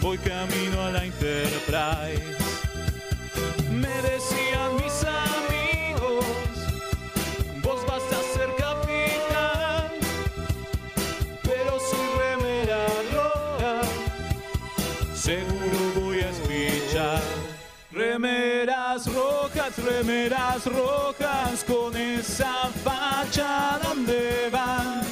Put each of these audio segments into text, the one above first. voy camino a la Enterprise. Me decían mis amigos, vos vas a ser capitán, pero soy remera roja, seguro voy a espichar. Remeras rojas, remeras rojas, con esa facha donde van.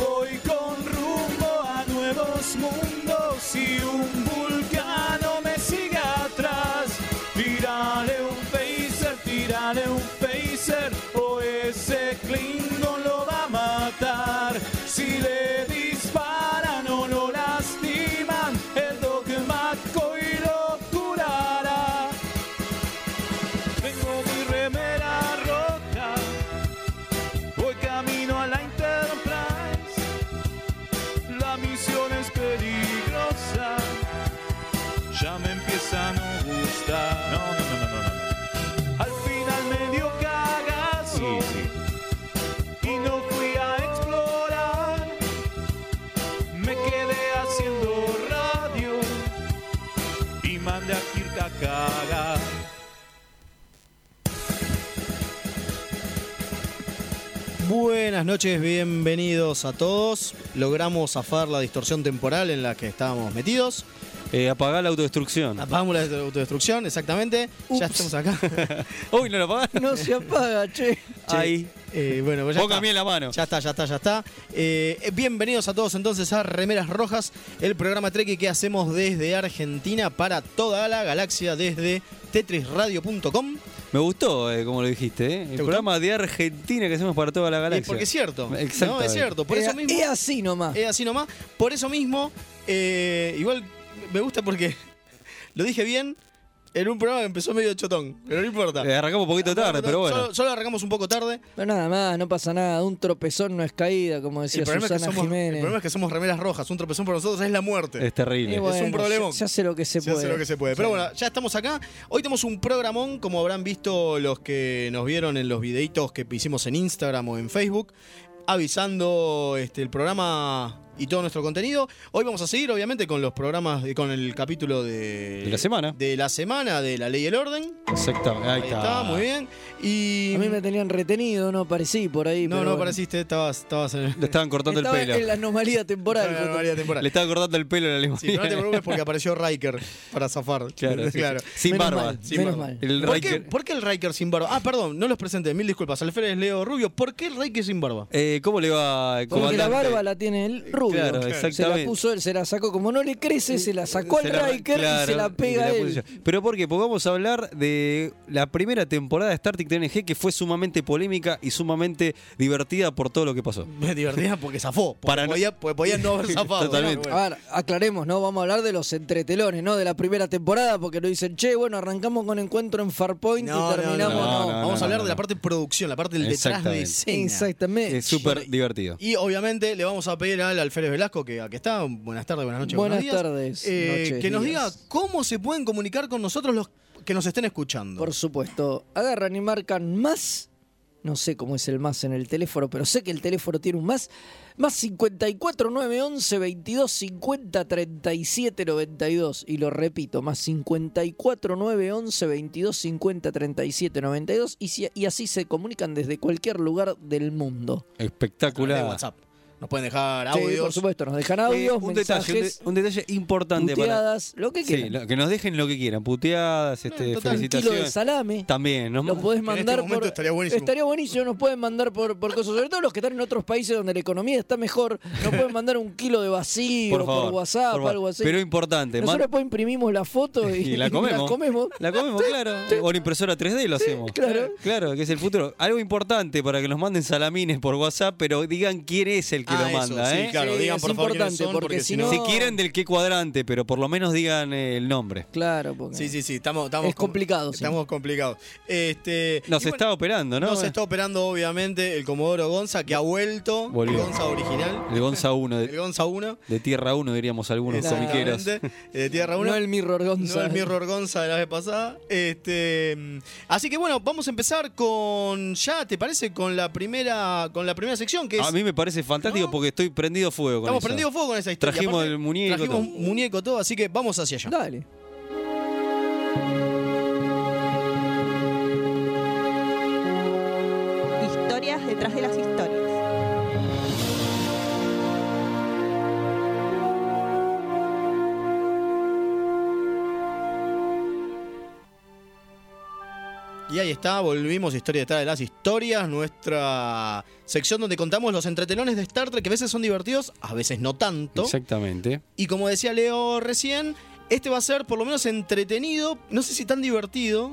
Voy con rumbo a nuevos mundos y un vulcano me sigue atrás. Tírale un phaser, tírale un phaser, o ese Klingon lo va a matar. Si le disparan o lo lastiman, el dogma y lo curará. Tengo mi remera roja, voy camino a la Enterprise. La misión es peligrosa, ya me empieza a no gustar. No, no, no, no, no. Al final me dio cagazo y no fui a explorar. Me quedé haciendo radio y mandé a Kirk a cagar. Buenas noches, bienvenidos a todos. Logramos zafar la distorsión temporal en la que estábamos metidos. Eh, apagá la autodestrucción. Apagamos la autodestrucción, exactamente. Ya estamos acá. Uy, no la apagaron. No se apaga, che. Che, Ahí. eh, bueno, pues ya Ponga está. bien la mano. Ya está, ya está, ya está. Eh, eh, bienvenidos a todos entonces a Remeras Rojas, el programa Treki que hacemos desde Argentina para toda la galaxia desde tetrisradio.com. Me gustó, eh, como lo dijiste, eh. El gustó? programa de Argentina que hacemos para toda la Eh, galaxia. porque es cierto, ¿no? Exactamente. Es cierto, por eso Es- mismo. Eh, Eh, Es así nomás. Es así nomás. Por eso mismo, eh, igual me gusta porque lo dije bien en un programa que empezó medio chotón, pero no importa. Eh, arrancamos un poquito tarde, pero bueno. Solo, solo arrancamos un poco tarde. Pero nada más, no pasa nada. Un tropezón no es caída, como decía El problema, es que Susana somos, el Jiménez. problema es que somos remeras rojas. Un tropezón para nosotros es la muerte. Es terrible. Y un problemón. Se, se hace lo que se se puede. hace lo que se puede. Pero bueno, ya estamos acá. Hoy tenemos un programón, como habrán visto los que nos vieron en los videitos que hicimos en Instagram o en Facebook, avisando este, el programa y todo nuestro contenido. Hoy vamos a seguir, obviamente, con los programas, eh, con el capítulo de, De la semana. De la semana, de la ley y el orden. Exactamente. Ahí Ahí está. está, muy bien. Y. A mí me tenían retenido, no aparecí por ahí. pero No, no bueno. apareciste, estabas, estabas en Le estaban cortando Estaba el pelo. en la anomalía temporal. en la variedad temporal. Le estaban cortando el pelo a la Sí, pero limusina. no te preocupes porque apareció Riker para zafar. Claro, sí, sí. Sin Menos barba. mal, Sin menos barba. mal. El ¿Por qué, Riker- por qué el Riker sin barba? Ah, perdón, no los presenté, mil disculpas. Alfredo es Leo Rubio. ¿Por qué el Riker sin barba? Eh, ¿Cómo le va, Porque la comandante? barba la tiene el rubio. Claro, Se la exactamente. puso él, se la sacó. Como no le crece, se la sacó Se al la- Riker y claro, se la pega y a la él. puse yo. Pero ¿por qué? Porque vamos a hablar de la primera temporada de Star Trek TNG que fue sumamente polémica y sumamente divertida por todo lo que pasó. Me divertía porque zafó. Porque Para no- podía, porque podía no haber zafado. Totalmente. Bueno, A ver, aclaremos, ¿no? Vamos a hablar de los entretelones, ¿no? De la primera temporada, porque nos dicen, che, bueno, arrancamos con encuentro en Farpoint No, y no, no, terminamos. no, no, Vamos no, a hablar no, de la no. parte de producción, la parte del detrás de Exactamente. escena. Exactamente. Es súper divertido. Y obviamente le vamos a pedir al Alférez Velasco, que aquí está, buenas tardes, buenas noches, Buenas buenos días, tardes, eh, noches, que nos diga días. cómo se pueden comunicar con nosotros los que nos estén escuchando. Por supuesto. Agarran y marcan más. No sé cómo es el más en el teléfono, pero sé que el teléfono tiene un más. Más 54 9 11 22 50 37 92. Y lo repito, más 54 9 11 22 50 37 92. Y, si- y así se comunican desde cualquier lugar del mundo. de Espectacular. WhatsApp. Nos pueden dejar Sí, por audios. supuesto, nos dejan Eh, audios, un, detalle, un, de- mensajes, un detalle importante para. puteadas, lo que Sí, quieran. Eh, lo- que nos dejen lo que quieran. Puteadas, este, total, un kilo de felicitaciones. salame. También, ¿no? Lo podés en este mandar momento por. estaría buenísimo. Estaría buenísimo, nos pueden mandar por, por cosas. Sobre todo los que están en otros países donde la economía está mejor. Nos pueden mandar un kilo de vacío por por, favor. WhatsApp, por favor. algo así. Pero importante. Nosotros man- después imprimimos la foto y, Y la comemos. La comemos, claro. O la impresora 3D lo hacemos. claro. Claro, que es el futuro. Algo importante para que nos manden salamines por WhatsApp, pero digan quién es el que Ah, lo eso, manda, sí, ¿eh? claro, Sí, digan es por favor quiénes importante, son, porque si no- Si quieren del qué cuadrante, pero por lo menos digan eh, el nombre. Claro, porque. Sí, sí, sí, estamos, estamos Es complicado, sí. Estamos complicados. Este, Nos y bueno, está operando, ¿no? nos está operando, obviamente, el Comodoro Gonza, que ha vuelto. Volvió. El Gonza original. El Gonza 1, El de, Gonza 1. de Tierra 1, diríamos algunos Exactamente. comiqueros. De Tierra 1. No el Mirror Gonza. No el Mirror Gonza de la vez pasada. Este, mm, así que bueno, vamos a empezar con ya, ¿te parece? Con la primera, con la primera sección que es A mí me parece fantástico serio porque estoy prendido fuego Ah, con Estamos esa. prendidos fuego con esa historia. Trajimos el muñeco, Trajimos todo. un muñeco todo, así que vamos hacia allá. Dale. Historias detrás de las historias. Y ahí está, volvimos Historia detrás de las historias, nuestra sección donde contamos los entretelones de Star Trek que a veces son divertidos, a veces no tanto. Exactamente. Y como decía Leo recién, este va a ser por lo menos entretenido, no sé si tan divertido,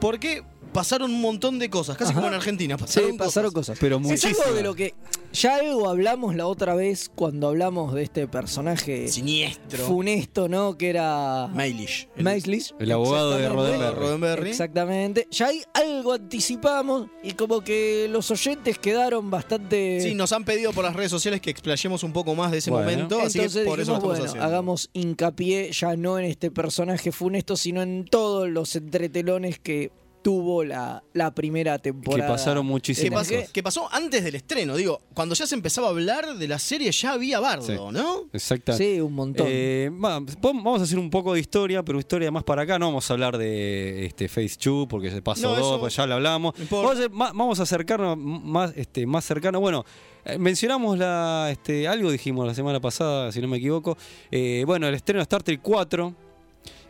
porque pasaron un montón de cosas, casi Ajá. como en Argentina. Sí, Pasaron pasaron cosas. Pero Es algo de muchísimo. lo que ya algo hablamos la otra vez cuando hablamos de este personaje Siniestro. funesto, ¿no? Que era Mailish. El- Maislish. El abogado de Exactamente. Roddenberry. Roddenberry. Exactamente. Ya hay algo anticipamos y como que los oyentes quedaron bastante... Sí, nos han pedido por las redes sociales que explayemos un poco más de ese Bueno. momento, así Entonces que por eso dijimos, lo estamos bueno, haciendo. hagamos hincapié ya no en este personaje funesto, sino en todos los entretelones que tuvo la, la primera temporada. pasaron que, muchísimas pasó, Porque- cosas. que pasó antes del estreno, digo, cuando ya se empezaba a hablar de la serie ya había bardo, Sí. ¿no? Exactamente. Sí, un montón. Eh, va, pom- vamos a hacer un poco de historia, pero historia más para acá. No vamos a hablar de este, Phase 2 porque se No, pasó dos, eso- pues ya lo hablamos. No importa. Vamos a, ma- vamos a acercarnos más, este, más cercano. Bueno, eh, mencionamos la, este, algo, dijimos la semana pasada, si no me equivoco. Eh, bueno, el estreno de Star Trek 4.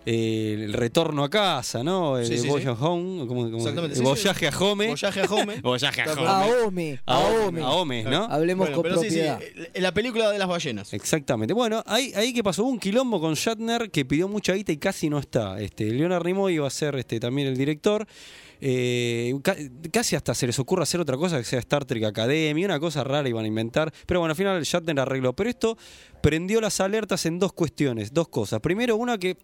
eh, el retorno a casa, ¿no? El Sí, sí, voyage sí. home, ¿cómo- cómo- Exactamente, sí, sí. voyaje a home. Voyaje a Home. Voyaje a a home. Ome, a Ome. A home, ¿no? Hablemos Bueno, con pero sí, sí, propiedad. eh, la película de las ballenas. Exactamente. Bueno, ahí, ahí que pasó Hubo un quilombo con Shatner que pidió mucha guita y casi no está. Este, Leonard Nimoy iba a ser este, también el director. Eh, ca- casi hasta se les ocurre hacer otra cosa que sea Star Trek Academy, una cosa rara iban a inventar. Pero bueno, al final Shatner arregló. Pero esto prendió las alertas en dos cuestiones, dos cosas. Primero, una que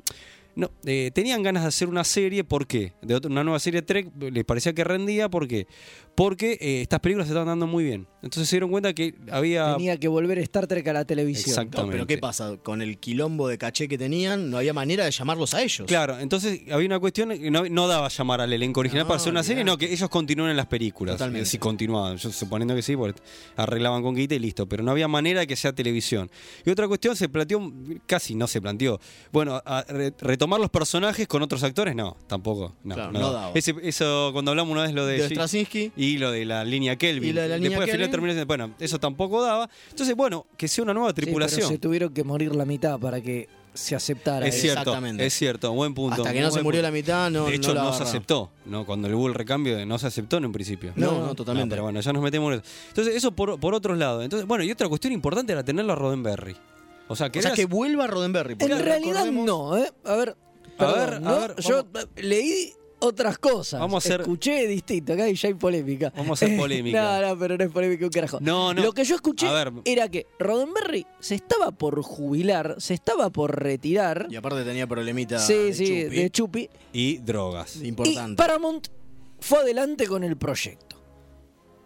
no, eh, tenían ganas de hacer una serie, ¿por qué? De otra- una nueva serie de Trek, les parecía que rendía, ¿por qué? Porque eh, estas películas se estaban dando muy bien. Entonces se dieron cuenta que había... Tenía que volver Star Trek a la televisión. ah, Exacto. No, pero ¿qué Exactamente. pasa? Con el quilombo de caché que tenían, no había manera de llamarlos a ellos. Claro, entonces había una cuestión que no, no daba llamar al elenco original No, para hacer una olvidate. serie, no, que ellos continúen en las películas. Ah, Totalmente. Si continuaban, yo suponiendo que sí, porque arreglaban con guita y listo, pero no había manera de que sea televisión. Y otra cuestión se planteó, casi no se planteó, bueno, a- re- retomar los personajes con otros actores, no, tampoco, no, Claro, no no daba. daba. Ese- eso, cuando hablamos una vez lo de... De G- Straczynski. y lo de la línea Kelvin. Y la de la línea Después al final Kelvin. terminó siendo- bueno, eso tampoco daba. Entonces, bueno, que sea una nueva Sí, pero tripulación. se tuvieron que morir la mitad para que se aceptara. es eso. cierto, Exactamente. es cierto, buen punto. Hasta que muy no se buen murió la punto. mitad, no. de hecho, la no, se agarraron. aceptó. ¿no? Cuando hubo el recambio, no se aceptó en un principio. Ah, No, no, totalmente. pero bueno, ya nos metemos en eso. Entonces, eso por, por otros lados. Entonces, bueno, y otra cuestión importante era tenerlo a Roddenberry. O sea, que O sea, era- que vuelva Roddenberry. En porque realidad recordemos- no, ¿eh? A ver, perdón, ver, a ¿no? ver, yo eh, leí otras cosas. Vamos a hacer- Escuché distinto, acá ya hay polémica. Vamos a hacer polémica. no, no, pero no es polémica un carajo. No, no. Lo que yo escuché A ver. era que Roddenberry se estaba por jubilar, se estaba por retirar. Y aparte tenía problemita. sí, de sí, chupi. de Chupi. Y drogas. Importante. Y Paramount fue adelante con el proyecto.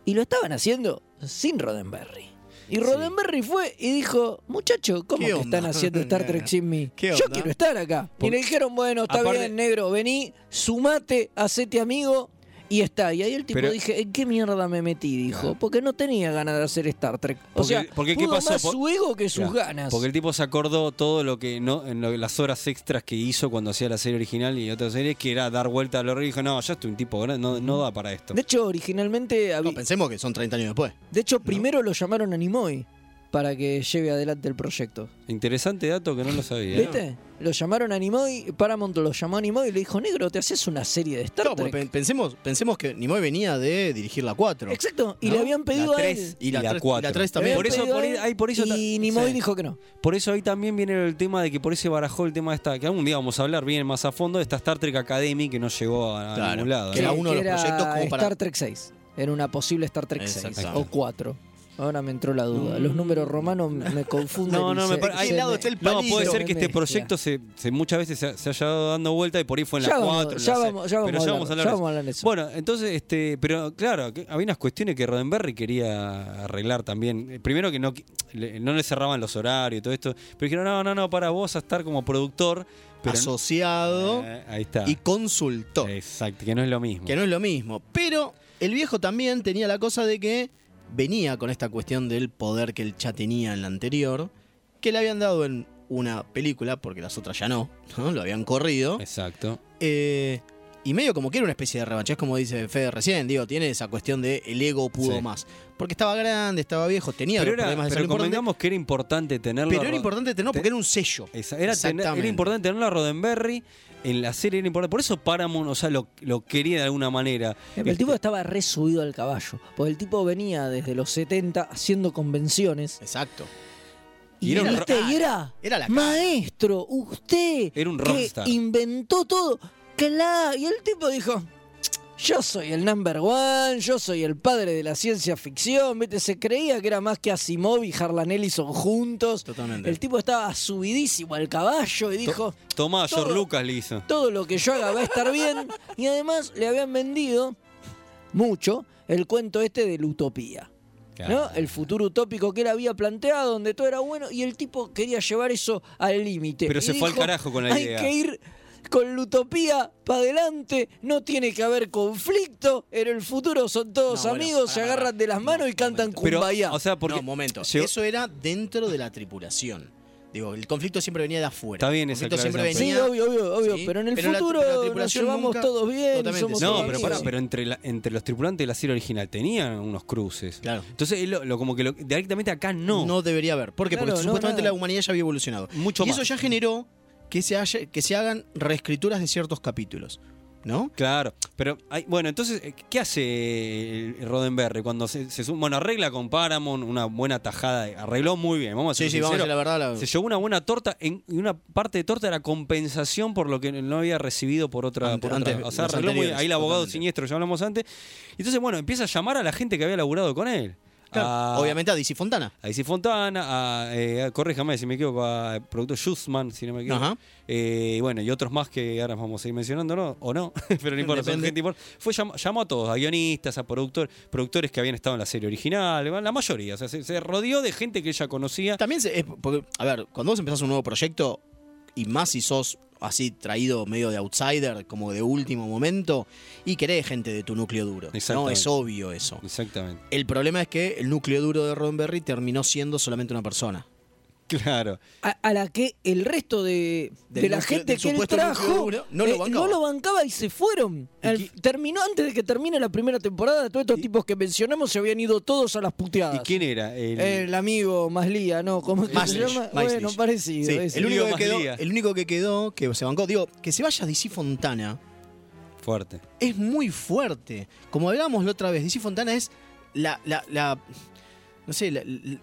Y lo estaban haciendo sin Roddenberry. Y Roddenberry fue y dijo, muchacho, ¿cómo ¿Qué que onda? están haciendo Star Trek sin mí? ¿Qué Yo onda? quiero estar acá. Y Por- le dijeron, bueno, está Aparte- bien, negro, vení, sumate, hacete amigo. Y está, y ahí el tipo Pero- Ah. dije, ¿en qué mierda me metí? Dijo, porque no tenía ganas de hacer Star Trek. O Porque- sea, porque ¿qué pudo pasó? más Por- su ego que sus Claro, ganas. Porque el tipo se acordó todo lo que no, en lo- las horas extras que hizo cuando hacía la serie original y otras series, que era dar vuelta a lo y dijo, no, ya estoy un tipo grande, no, no da para esto. De hecho, originalmente No, había, pensemos que son 30 años después. De hecho, primero lo llamaron a Nimoy para que lleve adelante el proyecto. Interesante dato que no lo sabía. ¿eh? ¿Viste? Lo llamaron a Nimoy, Paramount lo llamó a Nimoy y le dijo, negro, te haces una serie de Star No, porque Trek. pen- pensemos, pensemos que Nimoy venía de dirigir la 4. Exacto, y ¿no? le habían pedido la a él. 3 y la Y la 3 cuatro. Le habían también. Por eso- pedido a por ahí- él ahí por eso ta- Y Nimoy sí. dijo que no. Por eso ahí también viene el tema de que por ese barajó el tema de esta, que algún día vamos a hablar bien más a fondo de esta Star Trek Academy que no llegó a, a Claro. ningún lado. Que era ¿no? uno de los proyectos como para- Star Trek 6. Era una posible Star Trek 6 Exacto. o 4. Ahora me entró la duda. Los números romanos me confunden. No, y no, se- me parece- se ahí lado me- está el No, palillo. puede ser me que este mezcla. proyecto se, se- muchas veces se, se haya dado dando vuelta y por ahí fue en Ya la vamos, 4. ya vamos, ya vamos a hablar- ya vamos a hablar de eso. Bueno, entonces, este, pero claro, que había unas cuestiones que Roddenberry quería arreglar también. Eh, Primero que no, qui- le- no le cerraban los horarios y todo esto. Pero dijeron, no, no, no, para vos a estar como productor. Pero asociado Eh, ahí está. y consultor. Exacto, que no es lo mismo. Que no es lo mismo. Pero el viejo también tenía la cosa de que venía con esta cuestión del poder que él ya tenía en la anterior, que le habían dado en una película, porque las otras ya no, ¿no? lo habían corrido. Exacto. Eh, y medio como que era una especie de revancha, es como dice Fede recién, digo, tiene esa cuestión de el ego pudo Sí. más. Porque estaba grande, estaba viejo, tenía Pero, los era- problemas de pero salud importantes, convengamos que era importante tenerlo. pero a era Ro- importante tenerlo porque te- era un sello. Esa- era, tener- era Exactamente. importante tenerlo a Roddenberry. En la serie era importante. Por eso Paramount, o sea, lo, lo quería de alguna Eh, manera. Este, El tipo estaba resubido al caballo, porque el tipo venía desde los 70 haciendo convenciones. Exacto. Y, Y era un ¿viste? rockstar. Y era, Era la cara. maestro, usted Era un que rockstar. inventó todo. Claro, y el tipo dijo, yo soy el number one, yo soy el padre de la ciencia ficción, ¿viste? se creía que era más que Asimov y Harlan Ellison juntos. Totalmente. El tipo estaba subidísimo al caballo y dijo, Tomás, George Todo. Lucas le hizo. todo lo que yo haga va a estar bien. Y además le habían vendido mucho el cuento este de la utopía. ¿no? El futuro utópico que él había planteado, donde todo era bueno, y el tipo quería llevar eso al límite. Pero Y se fue al dijo, carajo con la Hay idea". que ir con la utopía para adelante, no tiene que haber conflicto, en el futuro son todos No, bueno, amigos, se pará, pará. agarran de las No, manos y cantan momento. Pero, Kumbaya. o sea, porque. no, momento. llegó- Eso era dentro de la tripulación. Digo, el conflicto siempre venía de afuera. Está bien El esa conflicto siempre aclaración, sí, venía. obvio, obvio, obvio, Sí, pero en el pero la- futuro pero la nos tripulación llevamos nunca- todos bien, y Totalmente, somos sí. No, todos pero amigos. pará, pero entre, la- entre los tripulantes de la serie original tenían unos cruces. Claro. Entonces, él lo, lo- como que lo- directamente acá no. No. debería haber. ¿Por qué? Porque Claro, no, supuestamente nada. la humanidad ya había evolucionado. Mucho y eso más. ya generó que se, haya- que se hagan reescrituras de ciertos capítulos. ¿No? Claro, pero hay- bueno, entonces, eh, ¿qué hace el Roddenberry cuando se, se suma? Bueno, arregla con Paramount una buena tajada, de- arregló muy bien, vamos a ser Sí, sí, vamos a sinceros. decir la verdad. la- Se llevó una buena torta en- y una parte de torta era compensación por lo que no había recibido por otra. Ante- por otra- antes, o sea, los arregló muy- anteriores, ahí el abogado totalmente. siniestro, ya hablamos antes. Entonces, bueno, empieza a llamar a la gente que había laburado con él. Claro, A- Obviamente a DC Fontana. a Izzy Fontana, a, eh, a- corríjame si me equivoco, a eh, Producto Schussman, si no me equivoco. Ajá. Eh, y bueno, y otros más que ahora vamos a ir mencionando, ¿no? O no, pero no importa, son Depende. gente importante. Fue, llam- llamó a todos, a guionistas, a productores, productores que habían estado en la serie original, bueno, la mayoría. O sea, se, se rodeó de gente que ella conocía. También, se- es porque, a ver, cuando vos empezás un nuevo proyecto, y más si sos así traído medio de outsider, como de último momento, y querés gente de tu núcleo duro. No, Exactamente. es obvio eso. Exactamente. El problema es que el núcleo duro de Roddenberry terminó siendo solamente una persona. Claro. a, a la que el resto de, Del de la núcleo- gente del que él supuesto núcleo trajo eh, duro, no lo bancaba. lo bancaba y se fueron. Al- terminó antes de que termine la primera temporada, todos estos tipos que mencionamos se habían ido todos a las ¿Y Ah, puteadas. quién era? El, El amigo Maslía, ¿no? ¿Cómo es que se Maslich, llama? Maslich. Bueno, parecido. Sí, ese. el, único que Más quedó, Lía. el único que quedó, que se bancó, digo, que se vaya DC Fontana Fuerte. es muy fuerte. Como hablábamos la otra vez, DC Fontana es la, la, la- no sé, la, la-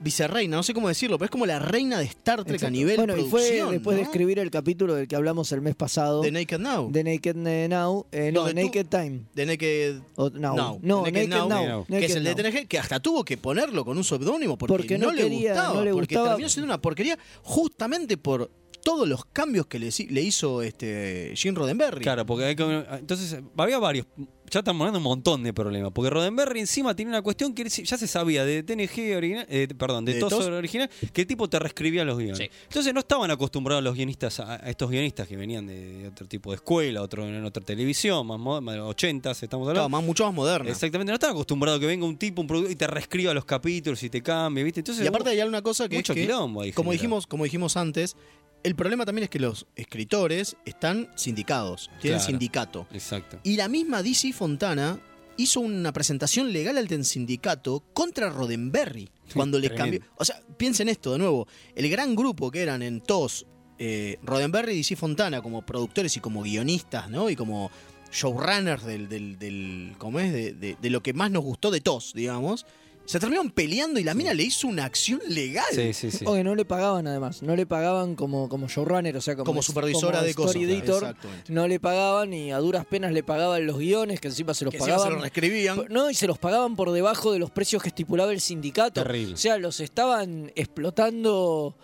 vicerreina, no sé cómo decirlo, pero es como la reina de Star Trek a Exacto. nivel bueno, y fue producción, después de ¿no? escribir el capítulo del que hablamos el mes pasado, de de, Naked Now. Naked eh, Now, eh, No, no, de tu- Naked Time. de Naked O, now. Now. No, Naked Naked, Now, Now. Now. que es Naked el de Now. TNG, que hasta tuvo que ponerlo con un seudónimo porque, Porque no, no le quería, gustaba, no le porque gustaba. terminó siendo una porquería justamente por todos los cambios que le, le hizo este Jim Roddenberry. Claro, porque hay que- ah, entonces había varios. Ya estamos hablando de un montón de problemas. Porque Roddenberry encima tiene una cuestión que él se- ya se sabía de TNG original, eh, perdón, de, De Tosso Tos. original, que el tipo te reescribía los guiones. Sí. Entonces no estaban acostumbrados los guionistas a, a estos guionistas que venían de, de otro tipo de escuela, otro en otra televisión, más moda- más de los 80 estamos hablando. Estaba más, mucho más moderna. Exactamente, no estaban acostumbrados a que venga un tipo, un producto y te reescriba los capítulos y te cambie, ¿viste? Entonces Y aparte hay alguna cosa que mucho es que, quilombo ahí como generado. dijimos, como dijimos antes, el problema también es que los escritores están sindicados, tienen Claro. sindicato. Exacto. Y la misma DC Fontana hizo una presentación legal ante el sindicato contra Roddenberry cuando le Tremendo. cambió. O sea, piensen esto de nuevo. El gran grupo que eran en TOS, eh, Roddenberry y DC Fontana como productores y como guionistas, ¿no? Y como showrunners del, del, del- ¿cómo es? De, de- de lo que más nos gustó de TOS, digamos. Se terminaron peleando y la mina le hizo una acción legal. Sí, sí, sí. Oye, no le pagaban además, no le pagaban como, como showrunner, o sea, como, Como supervisora de cosas. story editor, Exactamente. no le pagaban y a duras penas le pagaban los guiones, que encima se los Que encima se pagaban. lo reescribían. no, y se los pagaban por debajo de los precios que estipulaba el sindicato. Terrible. O sea, los estaban explotando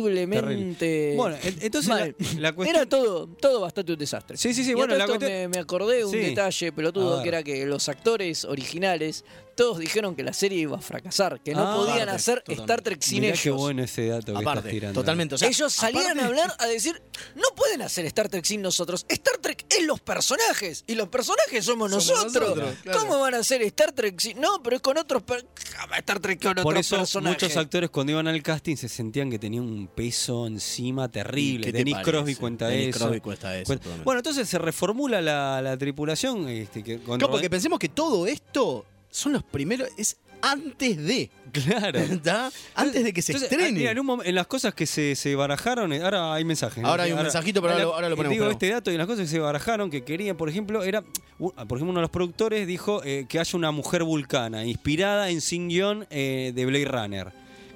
horriblemente. Bueno, en- entonces la- mal. la cuestión- Era todo, todo bastante un desastre. Sí, sí, sí, Y a bueno, todo la esto cuestión- me, me acordé un Sí. detalle A ver. pelotudo, que era que los actores originales todos dijeron que la serie iba a fracasar, que no Ah, podían aparte, hacer totalmente. Star Trek sin Mirá ellos. qué bueno ese dato que estás Aparte, tirando. totalmente. O sea, ellos salían aparte- a hablar a decir, no pueden hacer Star Trek sin nosotros. Star Trek es los personajes y los personajes somos, Somos nosotros. nosotros, claro. ¿Cómo van a hacer Star Trek sin No, pero es con otros per- ¿Cómo Star Trek con Por otros eso personajes. muchos actores cuando iban al casting se sentían que tenían un peso encima terrible. ¿Qué te Dennis parece? Crosby cuenta Dennis eso. Crosby cuenta eso, Cuenta- totalmente. Bueno, entonces se reformula la, la tripulación. Este, que con Claro, Rodan- porque pensemos que todo esto son los primeros, es antes de, Claro. ¿verdad? Antes de que se ah, Entonces, estrene. mira, en, un mom- en las cosas que se, se barajaron, eh, ahora hay mensajes. Ahora hay un mensajito, pero ahora lo- ahora lo ponemos, Digo ponemos. este dato y en las cosas que se barajaron, que querían, por ejemplo, era. u- Por ejemplo, uno de los productores dijo eh, que haya una mujer vulcana inspirada en Sin Guión eh, de Blade Runner.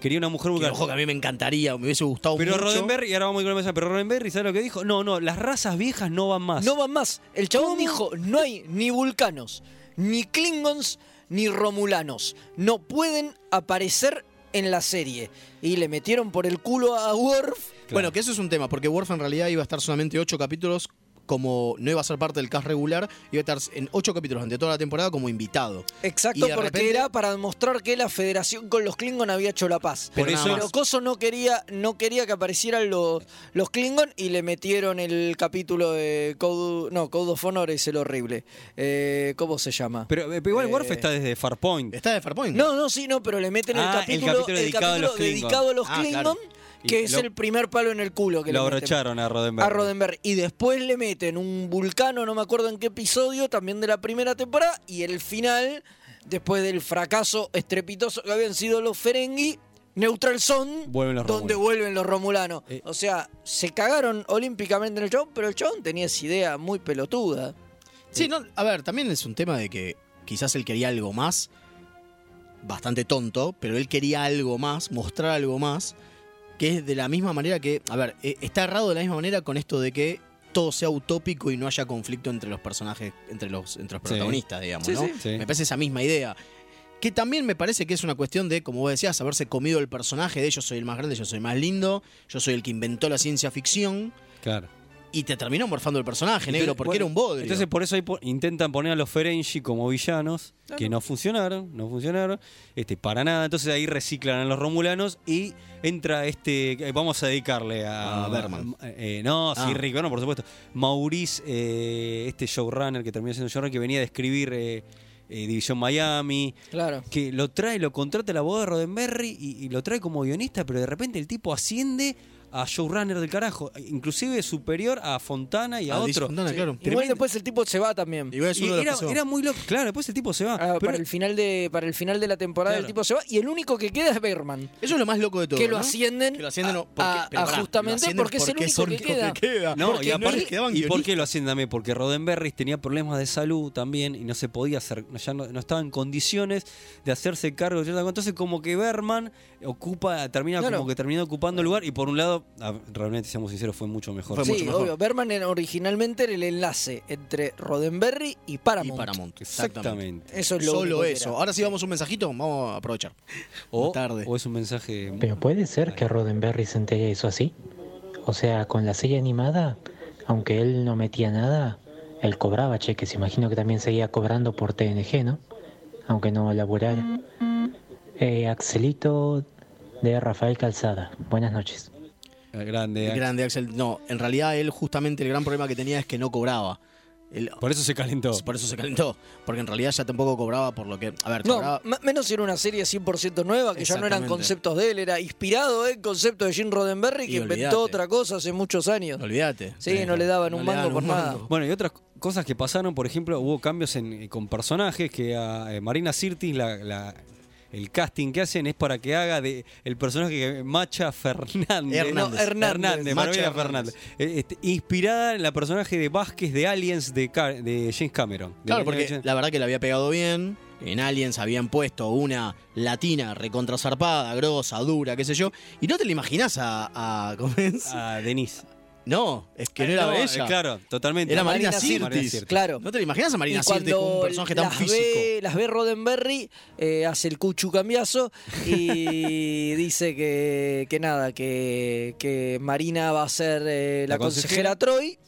Quería una mujer Que, vulcana. ojo, que a mí me encantaría, me hubiese gustado Pero mucho. Roddenberry, y ahora vamos a ir con la mesa, pero Roddenberry, ¿sabes lo que dijo? No, no, las razas viejas no van más. No van más. El chabón ¿Cómo? dijo, no hay ni vulcanos, ni klingons, ni romulanos. No pueden aparecer en la serie. Y le metieron por el culo a Worf. Bueno, que eso es un tema, porque Worf en realidad iba a estar solamente ocho capítulos, como no iba a ser parte del cast regular, iba a estar en ocho capítulos ante toda la temporada como invitado. Exacto, Y de porque repente- era para demostrar que la federación con los Klingon había hecho la paz. Pero Pero, nada más. Coso no quería, no quería que aparecieran los, los Klingon y le metieron el capítulo de Code, no, Code of Honor es el horrible. Eh, ¿Cómo se llama? Pero, eh, pero igual Eh, Worf está desde Farpoint. Está de Farpoint. No, no, sí, no, pero le meten Ah, el el capítulo, capítulo dedicado a los capítulo Klingon. dedicado a los Ah, Klingon, claro. que Y es lo- el primer palo en el culo que Lo le meten. abrocharon a Roddenberry. A Roddenberry. Y después le meten un vulcano, no me acuerdo en qué episodio, también de la primera temporada. Y el final, después del fracaso estrepitoso que habían sido los Ferengi, Neutral Zone, Vuelven los donde Romulanos. vuelven los Romulanos. Eh. O sea, se cagaron olímpicamente en el chabón, pero el chabón tenía esa idea muy pelotuda. Sí, no, a ver, también es un tema de que quizás él quería algo más, bastante tonto, pero él quería algo más, mostrar algo más, que es de la misma manera que, a ver, eh, está errado de la misma manera con esto de que todo sea utópico y no haya conflicto entre los personajes, entre los, entre los Sí. protagonistas, digamos, ¿no? Sí. Me parece esa misma idea. Que también me parece que es una cuestión de, como vos decías, haberse comido el personaje de yo soy el más grande, yo soy el más lindo, yo soy el que inventó la ciencia ficción. Claro. Y te terminó morfando el personaje, negro, Entonces, porque bueno, era un bodrio. Entonces por eso ahí po- intentan poner a los Ferengi como villanos, que no funcionaron, no funcionaron, este, para nada. Entonces ahí reciclan a los Romulanos y entra este, eh, vamos a dedicarle A a... Ah, Berman. eh, no, Ah. sí, Rick Berman, por supuesto. Maurice, eh, este showrunner que terminó siendo showrunner, que venía de escribir eh, eh, División Miami, Claro. que lo trae, lo contrata la voz de Roddenberry y, y lo trae como guionista, pero de repente el tipo asciende a showrunner del carajo, inclusive superior a Fontana y a, Ah, dice otro. Fontana, claro. Igual después el tipo se va también. Igual es Y uno de los era, que se va. era muy loco. Claro, después el tipo se va. Ah, Pero- para, el final de, para el final de la temporada el Claro. tipo se va y el único que queda es Berman. Eso es lo más loco de todo. que lo ¿no? ascienden, Que lo ascienden a- no, porque- a- pero a pará, justamente lo ascienden porque es el único que queda. no, Porque y aparte, les quedaban ¿y por qué guionistas. lo ascienden también? Porque Roddenberry tenía problemas de salud también y no se podía hacer, ya no, no estaba en condiciones de hacerse cargo de cierta cosa. Entonces, como que Berman ocupa, termina Claro. como que termina ocupando el lugar y por un lado, ah, realmente, seamos sinceros, fue mucho mejor. Fue sí, mucho mejor. obvio. Berman era originalmente era el enlace entre Roddenberry y Paramount. Y Paramount. Exactamente. Exactamente. Eso es lo único Solo que eso. era. Ahora sí vamos a un mensajito, vamos a aprovechar. O, tarde. o es un mensaje. Pero puede ser que Roddenberry Centella hizo así. O sea, con la serie animada, aunque él no metía nada, él cobraba cheques. Imagino que también seguía cobrando por TNG, ¿no? Aunque no laburara. Eh, Axelito de Rafael Calzada. Buenas noches. grande. El grande Axel. No, en realidad él justamente el gran problema que tenía es que no cobraba. Él- Por eso se calentó. por eso se calentó. Porque en realidad ya tampoco cobraba por lo que. A ver, No, cobraba. ma- menos si era una serie 100% nueva, que ya no eran Exactamente. conceptos de él, era inspirado en conceptos de Jim Roddenberry, Y que olvídate. inventó otra cosa hace muchos años. Olvídate. Sí, no le daban un mango por nada. Bueno, y otras cosas que pasaron, por ejemplo, hubo cambios en- eh, con personajes que a eh, Marina Sirtis la- la- el casting que hacen es para que haga de el personaje que Macha Fernández. Hernández. No, Hernández, Hernández. Maravilla Macha Fernández. Eh, este, inspirada en la personaje de Vázquez de Aliens de, Ca- de James Cameron. De Claro, la- porque la verdad que le había pegado bien. En Aliens habían puesto una latina recontrazarpada, grosa, dura, qué sé yo. Y no te la imaginás a. a ¿Cómo es? a Ah, Denise. No, es que no era No, eh, ella. Claro, totalmente. Era Marina Sirtis. Sirtis. Claro. ¿No te la imaginas a Marina y Sirtis como un personaje tan las físico? Ve, las ve Roddenberry, eh, hace el cuchu cambiazo y dice que, que nada, que, que Marina va a ser eh, la, La consejera. consejera Troy.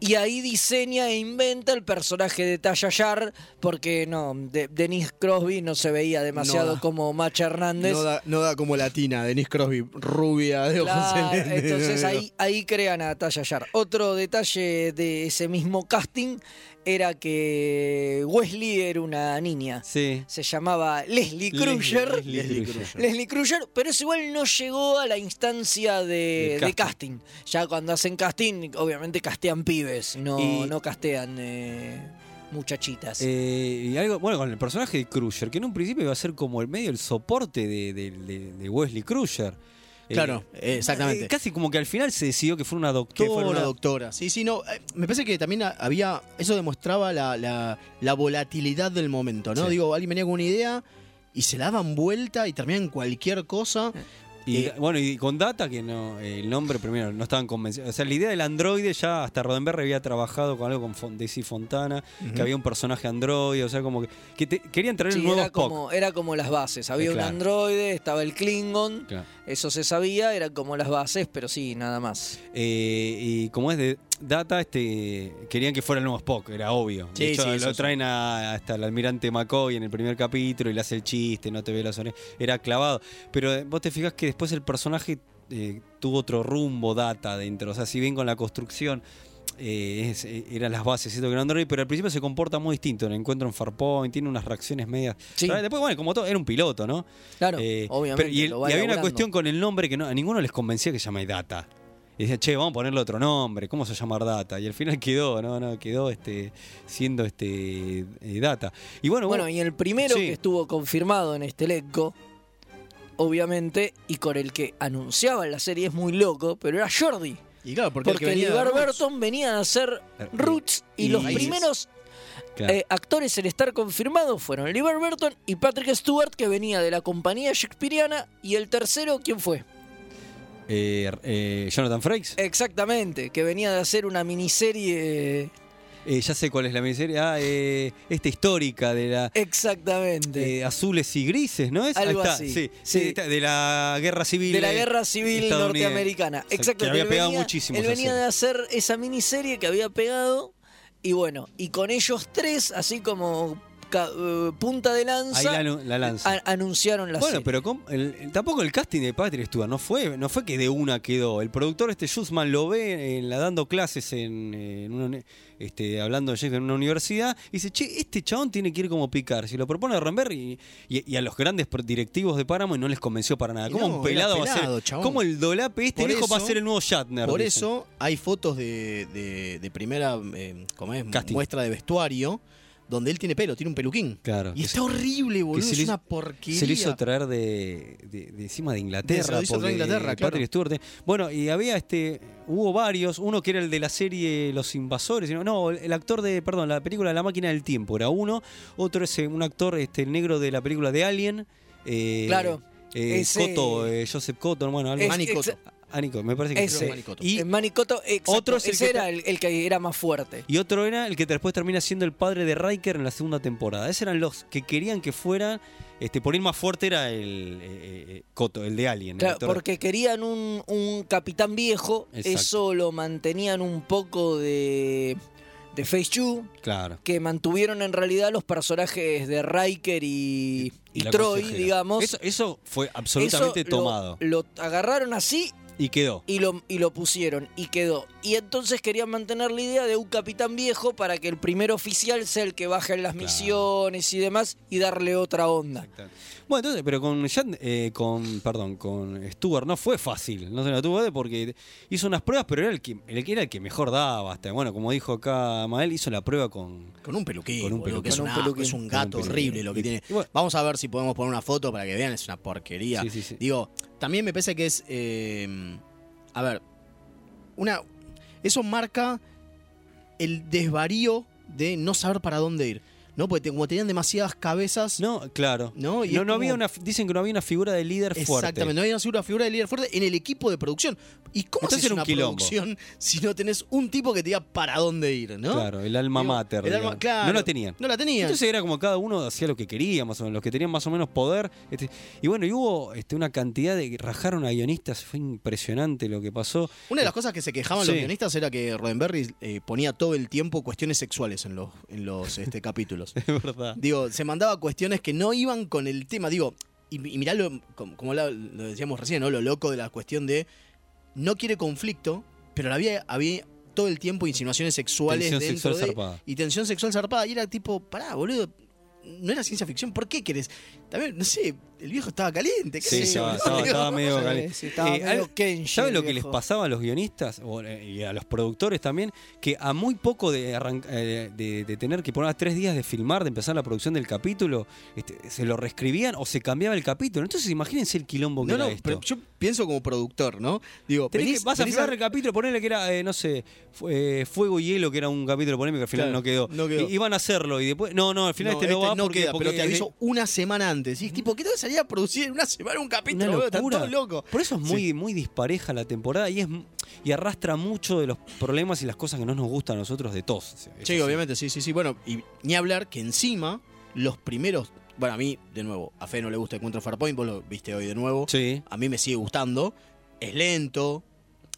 Y ahí diseña e inventa el personaje de Tasha Yar, porque no, de- Denise Crosby no se veía demasiado No da. como Macha Hernández. No da, no da como latina, Denise Crosby, rubia de ojos Claro, celestes. entonces ahí, ahí crean a Tasha Yar. Otro detalle de ese mismo casting era que Wesley era una niña. Sí. Se llamaba Leslie Crusher. Leslie, Leslie Crusher. Leslie Crusher, pero eso igual no llegó a la instancia de, De de casting. Ya cuando hacen casting, obviamente castean pibes, no, Y- no castean eh, muchachitas. Eh, y algo, bueno, con el personaje de Crusher, que en un principio iba a ser como el medio, el soporte de, de- de- de Wesley Crusher. Eh, Claro, exactamente. eh, casi como que al final se decidió que fuera una que doctora. fue una doctora. Sí, sí, no. eh, Me parece que también a- había. Eso demostraba la, la- la volatilidad del momento, ¿no? Sí. Digo, alguien venía con una idea y se la daban vuelta y terminaban en cualquier cosa. Y Eh, bueno, y con data que no, eh, el nombre primero no estaban convencidos. O sea, la idea del androide ya hasta Roddenberry había trabajado con algo con Fon- Daisy Fontana, que había un personaje androide, o sea, como que, que te- querían traer Sí, un nuevo era, Spock. como, era como las bases. Había Eh, claro. un androide, estaba el Klingon, Claro. eso se sabía, eran como las bases, pero sí, nada más. Eh, y como es de data, este querían que fuera el nuevo Spock, era obvio. De Sí, hecho, sí, eso lo sí. traen a- hasta el almirante McCoy en el primer capítulo y le hace el chiste, no te ve las orejas. Era clavado. Pero eh, vos te fijas que después el personaje eh, tuvo otro rumbo data dentro. O sea, si bien con la construcción. eh, es- eh, eran las bases, siento que era Android, pero al principio se comporta muy distinto. El encuentro en Farpoint tiene unas reacciones medias. Sí. raras. Después, bueno, como todo, era un piloto, ¿no? Claro, Eh, obviamente. pero- y, el- lo va y había una elaborando. cuestión con el nombre que no- a ninguno les convencía que se llama Data. Y decían, che, vamos a ponerle otro nombre, ¿cómo se llama Data? Y al final quedó, no, no, quedó este, siendo este eh, Data. Y bueno, Bueno, vos- y el primero Sí. que estuvo confirmado en este elenco, obviamente, y con el que anunciaban la serie es muy loco, pero era Jordi. Y claro, porque, el que Porque venía de Oliver Roots- Burton venían a ser Eh, Roots y, y- los Ahí es. primeros claro, eh, actores en estar confirmados fueron Oliver Burton y Patrick Stewart, que venía de la compañía shakespeariana, y el tercero, ¿quién fue? eh, eh, Jonathan Frakes. Exactamente, que venía de hacer una miniserie... eh, Eh, ya sé cuál es la miniserie. Ah, eh, esta histórica de la Exactamente. eh, azules y grises, ¿no es? Algo está, así, sí, sí. está, de la guerra civil. de la eh, guerra civil estadounidense. norteamericana. O sea, Exacto. Que había él pegado venía- muchísimo. Él esa venía serie. de hacer esa miniserie que había pegado. Y bueno, y con ellos tres, así como ca- eh, punta de Ahí lanza, la, anu- la lanza. a- anunciaron la Bueno, serie. pero com- el- el- tampoco el casting de Patrick Stewart no fue, no fue que de una quedó. El productor este Schussman lo ve eh, la dando clases en, eh, en una uni- este, hablando de Shakespeare en una universidad y dice, che, este chabón tiene que ir como picar. Si lo propone a Renberg y, y- y a los grandes pro- directivos de Páramo y no les convenció para nada. Y ¿Cómo no, un pelado era va a pelado, ser? chabón. ¿Cómo el dolape este Por viejo va a eso- ser el nuevo Shatner? Por dicen. eso hay fotos de, de- de primera eh, ¿cómo es? Casting. muestra de vestuario donde él tiene pelo, tiene un peluquín. Claro. Y que está horrible, boludo. se Es le una hizo- porquería. Se lo hizo traer de, de- de encima de Inglaterra. Se lo hizo traer porque de Inglaterra, claro. Patrick Stewart te- Bueno, y había este. Hubo varios. Uno que era el de la serie Los Invasores. No, no, el actor de. Perdón, la película La Máquina del Tiempo era uno. Otro es eh, un actor este, el negro de la película de Alien. eh, Claro, eh, ese- Cotto, eh, Joseph Cotton, bueno, algo. Ah, Es- Manny Cotto. exa- Anico, me parece que Ese. creo que- Manicoto. Y, en Manicoto, exacto, otro es el ese que- era el, el que era más fuerte. y otro era el que después termina siendo el padre de Riker en la segunda temporada. Esos eran los que querían que fuera. Este, por ir más fuerte era el eh, eh, Cotto, el de Alien. el Claro, actor- porque querían un, un capitán viejo, Exacto. eso lo mantenían un poco de, de Face Two, Claro. que mantuvieron en realidad los personajes de Riker y, y la Troy, consejera. digamos. Eso, eso fue absolutamente Eso lo- tomado. Lo, agarraron así y quedó. y lo, y lo pusieron y quedó. Y entonces querían mantener la idea de un capitán viejo para que el primer oficial sea el que baje en las Claro. misiones y demás y darle otra onda. Bueno, entonces, pero con, Jan- eh, con perdón, con Stuart no fue fácil, no se la tuvo de porque hizo unas pruebas, pero era el que, el que era el que mejor daba, hasta bueno, como dijo acá Mael, hizo la prueba con Con un peluquín. Con un boludo, que peluquín. es, Con un un asco, peluquín. es un Con gato un peluquín. horrible lo que Y- tiene. y bueno- Vamos a ver si podemos poner una foto para que vean, es una porquería. Sí, sí, sí. Digo, también me parece que es. eh, a ver, una. Eso marca el desvarío de no saber para dónde ir. ¿no? Porque te- como tenían demasiadas cabezas. No, claro. No, y es no, no había como- una, dicen que no había una figura de líder fuerte. Exactamente, no hay una segura figura de líder fuerte en el equipo de producción. ¿Y cómo Entonces haces era un una quilombo. producción si no tenés un tipo que te diga para dónde ir, no? Claro, el alma Digo, mater. el alma- digamos. claro, no la tenían. No la tenían. Entonces era como cada uno hacía lo que quería, más o menos, los que tenían más o menos poder. este, y bueno, y hubo este, una cantidad de. rajaron a guionistas, fue impresionante lo que pasó. Una de las cosas que se quejaban los Eh, Sí. guionistas era que Roddenberry eh, ponía todo el tiempo cuestiones sexuales en los, en los este, capítulos. Es verdad. Digo, se mandaba cuestiones que no iban con el tema. Digo, y, y mirá lo, como, como la- lo decíamos recién, ¿no? Lo loco de la cuestión de no quiere conflicto, pero había, había todo el tiempo insinuaciones sexuales Tensión dentro sexual de- zarpada. y tensión sexual zarpada. Y era tipo, pará, boludo, no era ciencia ficción, ¿por qué querés? También, no sé, el viejo estaba caliente, qué Sí, sé yo, estaba, ¿no? estaba- Digo, estaba medio Sí, caliente. sí, estaba medio al- Kenji, ¿Saben el lo que les viejo. pasaba a los guionistas O, eh, y a los productores también? Que a muy poco de, arran- eh, de, de tener que poner a tres días de filmar, de empezar la producción del capítulo, este, se lo reescribían o se cambiaba el capítulo. Entonces imagínense el quilombo que No, era no, esto. pero yo pienso como productor, ¿no? Digo, Tenés que- venís- vas a venís filmar el capítulo, ponele que era, eh, no sé, fu- eh, Fuego y Hielo, que era un capítulo polémico, que al final Claro, no quedó. no quedó. I- iban a hacerlo y después. No, no, al final este, no va porque, queda, pero porque te es de- aviso una semana antes. Y es tipo, ¿qué te salía a producir en una semana un Una capítulo? boludo? Están locura. todos locos. Por eso es muy, muy dispareja la temporada y es y arrastra mucho de los problemas y las cosas que no nos gustan a nosotros de todos. O sea, es Sí, así. obviamente, sí, sí, sí. Bueno, y ni hablar que encima los primeros. Bueno, a mí, de nuevo, a Fe no le gusta Encuentro Farpoint, vos lo viste hoy de nuevo. Sí. A mí me sigue gustando. Es lento,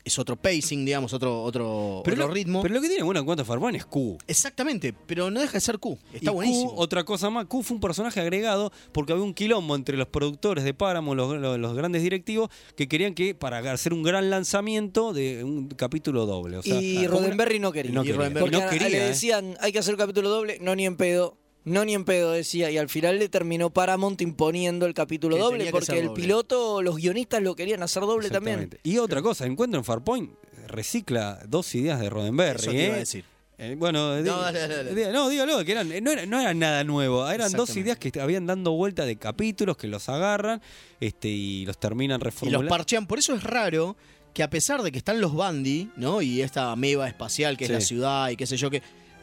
es otro pacing, digamos, otro, otro, Pero otro lo, ritmo. pero lo que tiene bueno en cuanto a Farbón es Q. Exactamente, pero no deja de ser Q. Está Y Q, buenísimo. otra cosa más, Q fue un personaje agregado porque había un quilombo entre los productores de Páramo, los, los- los grandes directivos, que querían que para hacer un gran lanzamiento de un capítulo doble. O sea, y como una- Roddenberry no quería. No Y quería, Roddenberry Porque no a- quería, le eh. decían, hay que hacer capítulo doble, no ni en pedo. No ni en pedo, decía. Y al final le terminó Paramount imponiendo el capítulo Que doble tenía que porque ser el doble. piloto, los guionistas lo querían hacer doble también. Exactamente. Y otra cosa, encuentro en Farpoint recicla dos ideas de Roddenberry. Eso te iba a ¿eh? decir. Eh, bueno, di- di- no, dale, dale. dígalo, que eran, eh, no, era, no era nada nuevo, eran dos Exactamente. ideas que est- habían dando vuelta de capítulos que los agarran este, y los terminan Y los reformulando. parchean. Por eso es raro que a pesar de que están los Bandy, ¿no? Y esta ameba espacial que Sí. es la ciudad y qué sé yo qué,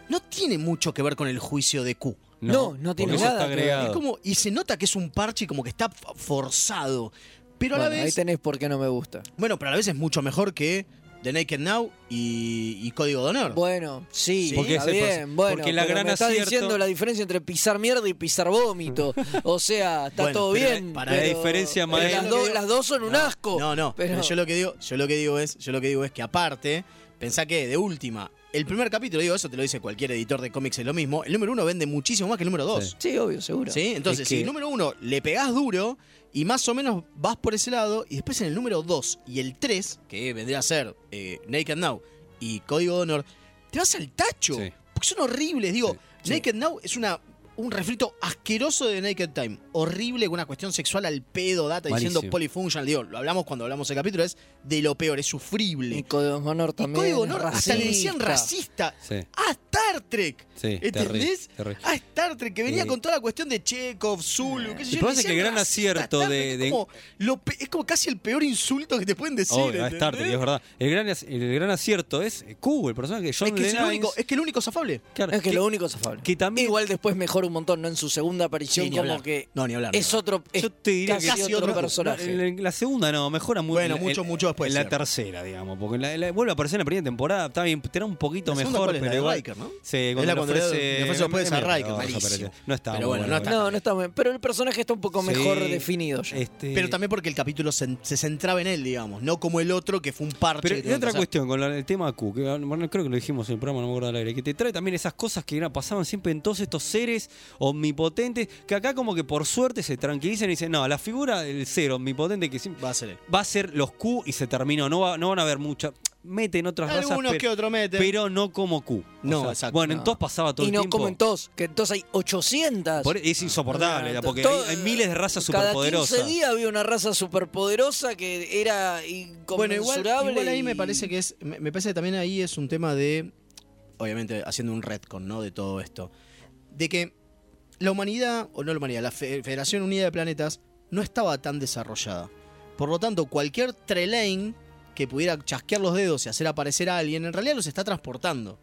no tiene mucho que ver con el juicio de Q. No, no tiene porque eso nada está que ver. agregado. Es como, y se nota que es un parche y como que está f- forzado. Pero a Bueno, la ahí vez. tenés por qué no me gusta. Bueno, pero a la vez es mucho mejor que The Naked Now y, y Código de Honor. Bueno, sí, Sí. porque Porque está ese bien, proceso- bueno, porque la pero gran me estás acierto- diciendo la diferencia entre pisar mierda y pisar vómito. O sea, está Bueno, todo pero bien. para- la pero- diferencia, pero maestro- Las, do- las dos son un asco. No, no. Pero... yo lo que digo, yo lo que digo es, yo lo que digo es que aparte, pensá que de última, el primer capítulo, digo, eso te lo dice cualquier editor de cómics, es lo mismo. El número uno vende muchísimo más que el número dos. Sí. Sí, obvio, seguro. ¿Sí? Entonces, Es si que- número uno le pegás duro y más o menos vas por ese lado, y después en el número dos y el tres, que vendría a ser eh, Naked Now y Código de Honor, te vas al tacho. Sí. Porque son horribles. Digo, Sí. Naked Now es una. Un refrito asqueroso de Naked Time. Horrible, con una cuestión sexual al pedo, data, diciendo Malísimo. polyfunctional. Digo, lo hablamos cuando hablamos del capítulo, es de lo peor, es sufrible. Y Código de Honor Y también. Código de es Honor, hasta le decían racista. Sí. A Star Trek. Sí, ¿Entendés? terrible, terrible. A Star Trek, que venía Eh, con toda la cuestión de Chekhov, Zulu, qué sé yo. Lo que pasa le es que decían el gran racista, acierto Star de- Trek, de- Es como, lo pe- es como casi el peor insulto que te pueden decir. Obvio, a Star Trek, ¿entendés? es verdad. El gran, ac- el gran acierto es eh, Q, el personaje de John Es que es el Lennons, único, es que el único zafable. claro, Es que lo único es afable. que también- Igual después mejora un montón, ¿no? En su segunda aparición, Sí, ni como hablar. que. No, ni hablar, ni Es hablar. otro. es Yo te diría casi que casi otro, otro- personaje. La, en la segunda no, mejora mucho. Bueno, mucho, mucho después, En la cierto. tercera, digamos. Porque la, la- vuelve a aparecer en la primera temporada. Está bien, era un poquito La segunda, mejor. ¿cuál es? pero La de igual- Riker, ¿no? Sí, Es cuando la le cuando le- ofrece- le ofrece después a mierda, Riker, no, malísimo. desaparece. No está. Pero muy bueno, no está. No, no está muy bien. Pero el personaje está un poco Sí. mejor definido ya. Este- Pero también porque el capítulo se, se centraba en él, digamos, no como el otro que fue un parche. Pero que y tuvieron otra que hacer. cuestión con la- el tema Q, que bueno, creo que lo dijimos en el programa, no me acuerdo del aire, que te trae también esas cosas que era- pasaban siempre en todos estos seres omnipotentes, que acá como que por suerte se tranquilizan y dicen, no, la figura del ser omnipotente que siempre Va a ser él. va a ser los Q y se terminó, no, va- no van a haber muchas, meten otras Algunos razas, pe- que otro meten. pero no como Q. O No, exacto. Bueno, No. en TOS pasaba todo Y el no tiempo. como en TOS, que en TOS hay 800. Por- es insoportable, ya, porque hay, hay miles de razas Cada superpoderosas. 15 días había una raza superpoderosa que era Bueno, inconmensurable. igual, igual ahí y- me parece que es. Me, me parece que también ahí es un tema de. Obviamente, haciendo un retcon, ¿no? De todo esto. De que la humanidad, o no la humanidad, la Fe- Federación Unida de Planetas no estaba tan desarrollada. Por lo tanto, cualquier Trelane que pudiera chasquear los dedos y hacer aparecer a alguien, en realidad los está transportando.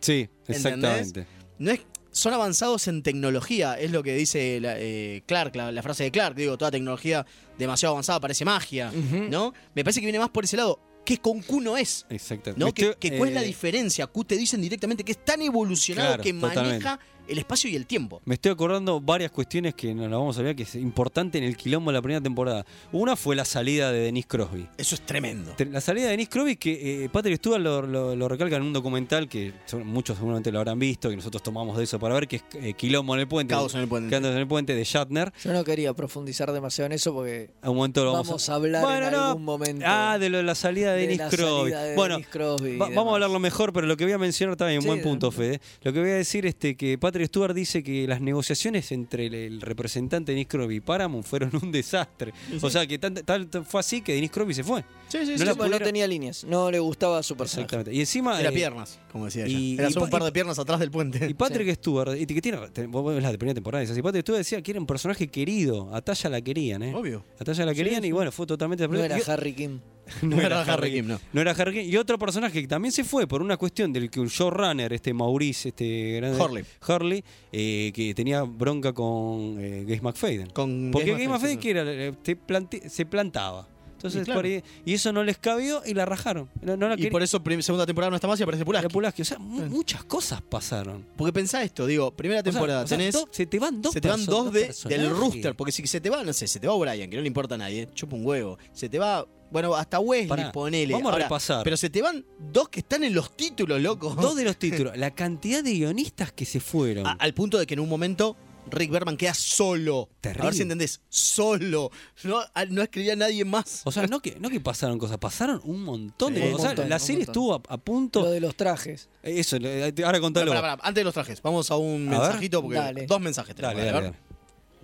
Sí, ¿Entendés? exactamente. No es, son avanzados en tecnología, es lo que dice la, eh, Clark, la, la frase de Clark, digo, toda tecnología demasiado avanzada parece magia, Ujú. ¿no? Me parece que viene más por ese lado, que con Q no es, Exactamente. ¿no? Que, Estoy, que ¿Cuál es la eh, diferencia? Q te dicen directamente que es tan evolucionado Claro, que maneja totalmente. el espacio y el tiempo. Me estoy acordando varias cuestiones que nos las vamos a ver que es importante en el quilombo de la primera temporada. Una fue la salida de Denise Crosby. Eso es tremendo. Te- La salida de Denise Crosby, que eh, Patrick Stewart lo, lo- lo recalca en un documental que son- muchos seguramente lo habrán visto, que nosotros tomamos de eso para ver, que es eh, Quilombo en el Puente. Caos en el puente. Caos en el Puente de Shatner. Yo no quería profundizar demasiado en eso porque A un momento lo vamos, vamos, a hablar en no. algún momento. Ah, de lo de la salida de, de Denise la Crosby. salida de bueno, Denise Crosby y va- vamos demás. a hablarlo mejor, pero lo que voy a mencionar también, un Sí, buen de- punto, Fede. Lo que voy a decir este que Patrick Stewart dice que las negociaciones entre el, el representante de Denise Crosby y Paramount fueron un desastre. O sea, que tan- tal- tan- fue así que Denise Crosby se fue. Sí, sí, Sí, no la pues no pudieron- tenía líneas, no le gustaba su personaje. Exactamente. Y encima. Era eh, piernas, como decía ella. y- Era y solo un pa- par de piernas atrás del puente. Y Patrick Stewart, y que tiene, te- vos ves la primera temporada, y Patrick Stewart decía que era un personaje querido, a Talla la querían, ¿eh? Obvio. A Talla la querían y bueno, fue totalmente No era y- Harry Kim. No era Harry Kim, no. era Harry Kim. Y otro personaje que también se fue por una cuestión del que el showrunner, este Maurice, este grande- Hurley. Hurley, eh, que tenía bronca con eh, Gaze McFadden. Con Porque Gaze Gaze McFadden McFadyen, que era, eh, te plante- se plantaba. Entonces, Y claro. por ahí- y eso no les cabió y la rajaron. No, no la Y querían. por eso prim- segunda temporada no está más y aparece Era Pulaski. Pulaski. O sea, mu- muchas cosas pasaron. Porque pensá esto, digo, primera O sea, temporada o sea, tenés... do- se te van dos se te van perso- dos de, del personajes. rooster, porque si se te va, no sé, se te va Brian, que no le importa a nadie, eh, chupa un huevo. Se te va, bueno, hasta Wesley, Pará, ponele. vamos a Ahora, repasar. Pero se te van dos que están en los títulos, loco. Dos de los títulos. La cantidad de guionistas que se fueron. A- al punto de que en un momento Rick Berman queda solo. Terrible. A ver si entendés, solo. No, a- no escribía nadie más. O sea, no que, no que pasaron cosas, pasaron un montón de ah. Sí, un cosas. O sea, montón, la un serie montón. estuvo a, a Lo punto. de los trajes. Eso, eh, ahora contalo. Pará, pará, pará, antes de los trajes, vamos a un A ver. mensajito, porque Dale. dos mensajes tenemos, ¿eh? Dale, a dale, ver. dale.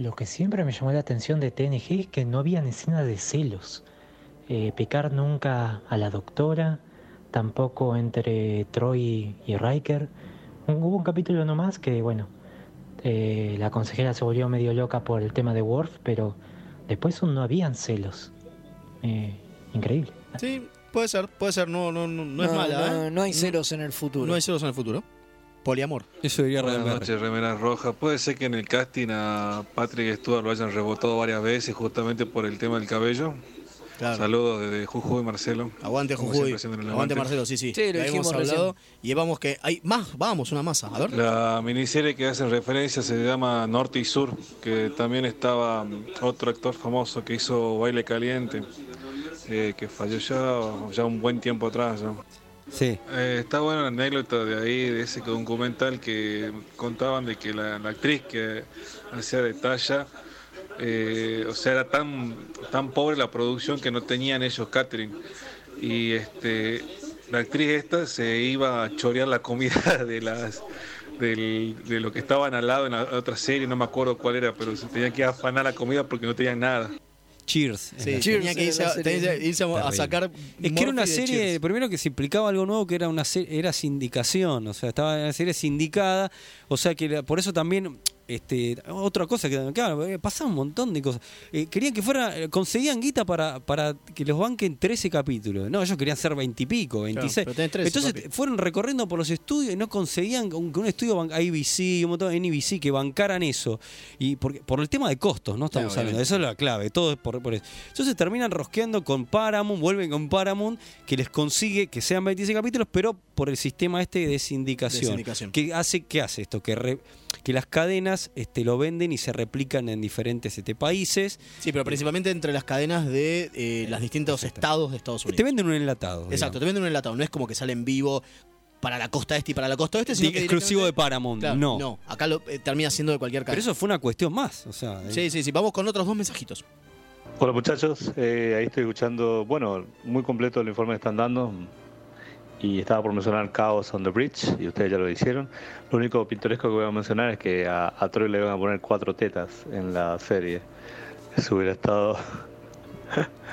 Lo que siempre me llamó la atención de TNG es que no habían escenas de celos. Eh, Picard nunca a la doctora, tampoco entre Troy y Riker. Un- Hubo un capítulo nomás que, bueno, eh, la consejera se volvió medio loca por el tema de Worf, pero después no habían celos. Eh, increíble. Sí, puede ser, puede ser, no, no, no, no es mala, no, ¿eh? no hay ceros en el futuro. No hay celos en el futuro. Poliamor. Eso diría Buenas Roddenberry. noches, remeras rojas. Puede ser que en el casting a Patrick Stewart lo hayan rebotado varias veces justamente por el tema del cabello. Claro. Saludos desde Jujuy, Marcelo. Aguante Como Jujuy. siempre, haciendo el aguante. Aguante Marcelo, sí, sí. Sí, lo Ya habíamos dijimos hablado. Y vamos que hay más, vamos, una masa. A ver. La miniserie que hace referencia se llama Norte y Sur, que también estaba mm, otro actor famoso que hizo Baile Caliente, eh, que falleció ya, ya un buen tiempo atrás. ya. Sí. Eh, está buena la anécdota de ahí, de ese documental que contaban de que la, la actriz que hacía de Talla, eh, o sea, era tan, tan pobre la producción que no tenían ellos catering. Y este, la actriz esta se iba a chorear la comida de las del- de lo que estaban al lado en la otra serie, no me acuerdo cuál era, pero se tenía que afanar la comida porque no tenían nada. Cheers. es Sí, la- Cheers tenía que era irse, la a, serie. tenía que irse a- a Terrible. sacar. Es que era una Murphy de serie, Cheers. primero que se implicaba algo nuevo, que era una se- era sindicación, o sea, estaba en la serie sindicada, o sea que era- por eso también, este, otra cosa que claro, eh, pasaba un montón de cosas. Eh, querían que fuera, eh, conseguían guita para, para que los banquen 13 capítulos. No, ellos querían ser 20 y pico, 26. pero tenés 13, Entonces papi. fueron recorriendo por los estudios y no conseguían que un que un estudio ban- IBC, un montón de NBC que bancaran eso. Y porque, por el tema de costos, ¿no? Estamos Claro, hablando. Eso es la clave, todo es por, por eso. Entonces terminan rosqueando con Paramount, vuelven con Paramount, que les consigue que sean 26 capítulos, pero por el sistema este de sindicación. De sindicación. ¿Qué hace, qué hace esto? Que, re- que las cadenas este, lo venden y se replican en diferentes este, países. Sí, pero principalmente entre las cadenas de eh, los distintos estados de Estados Te Unidos. venden un enlatado. Exacto, digamos. te venden un enlatado. No es como que sale en vivo para la costa este y para la costa oeste, sino Di- que exclusivo de directamente- Paramount. Claro, no. No, acá lo, eh, termina siendo de cualquier Pero cadena. eso fue una cuestión más. O sea, eh, Sí, sí, sí. Vamos con otros dos mensajitos. Hola muchachos, eh, ahí estoy escuchando, bueno, muy completo el informe que están dando y estaba por mencionar Chaos on the Bridge y ustedes ya lo hicieron. Lo único pintoresco que voy a mencionar es que a, a Troy le van a poner cuatro tetas en la serie. Eso hubiera estado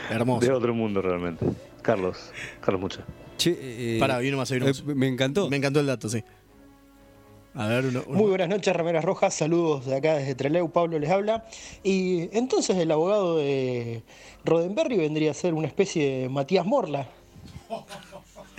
Hermoso. de otro mundo realmente. Carlos, Carlos Mucha. che, eh, Pará, vino más, vino eh, más. me encantó. Me encantó el dato, sí. A ver, uno. uno. Muy buenas noches, Remeras Rojas. Saludos de acá desde Treleu. Pablo les habla. Y entonces el abogado de Rodenberry vendría a ser una especie de Matías Morla.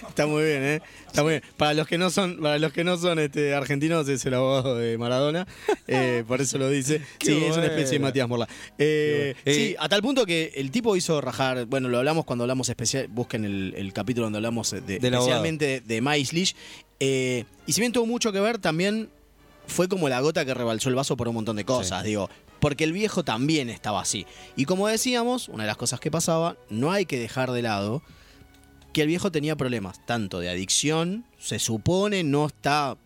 Está muy bien, ¿eh? Está muy bien. Para los que no son, para los que no son este, argentinos, es el abogado de Maradona. eh, por eso lo dice. Sí, es una especie de bueno. Matías Morla. Eh, Qué bueno. sí, Eh, a tal punto que el tipo hizo rajar. Bueno, lo hablamos cuando hablamos especial. Busquen el, el capítulo donde hablamos de, Del abogado. especialmente de, de Maislish. Eh, y si bien tuvo mucho que ver, también fue como la gota que rebalsó el vaso por un montón de cosas, digo. Porque el viejo también estaba así. Y como decíamos, una de las cosas que pasaba, no hay que dejar de lado que el viejo tenía problemas, tanto de adicción, se supone, no está.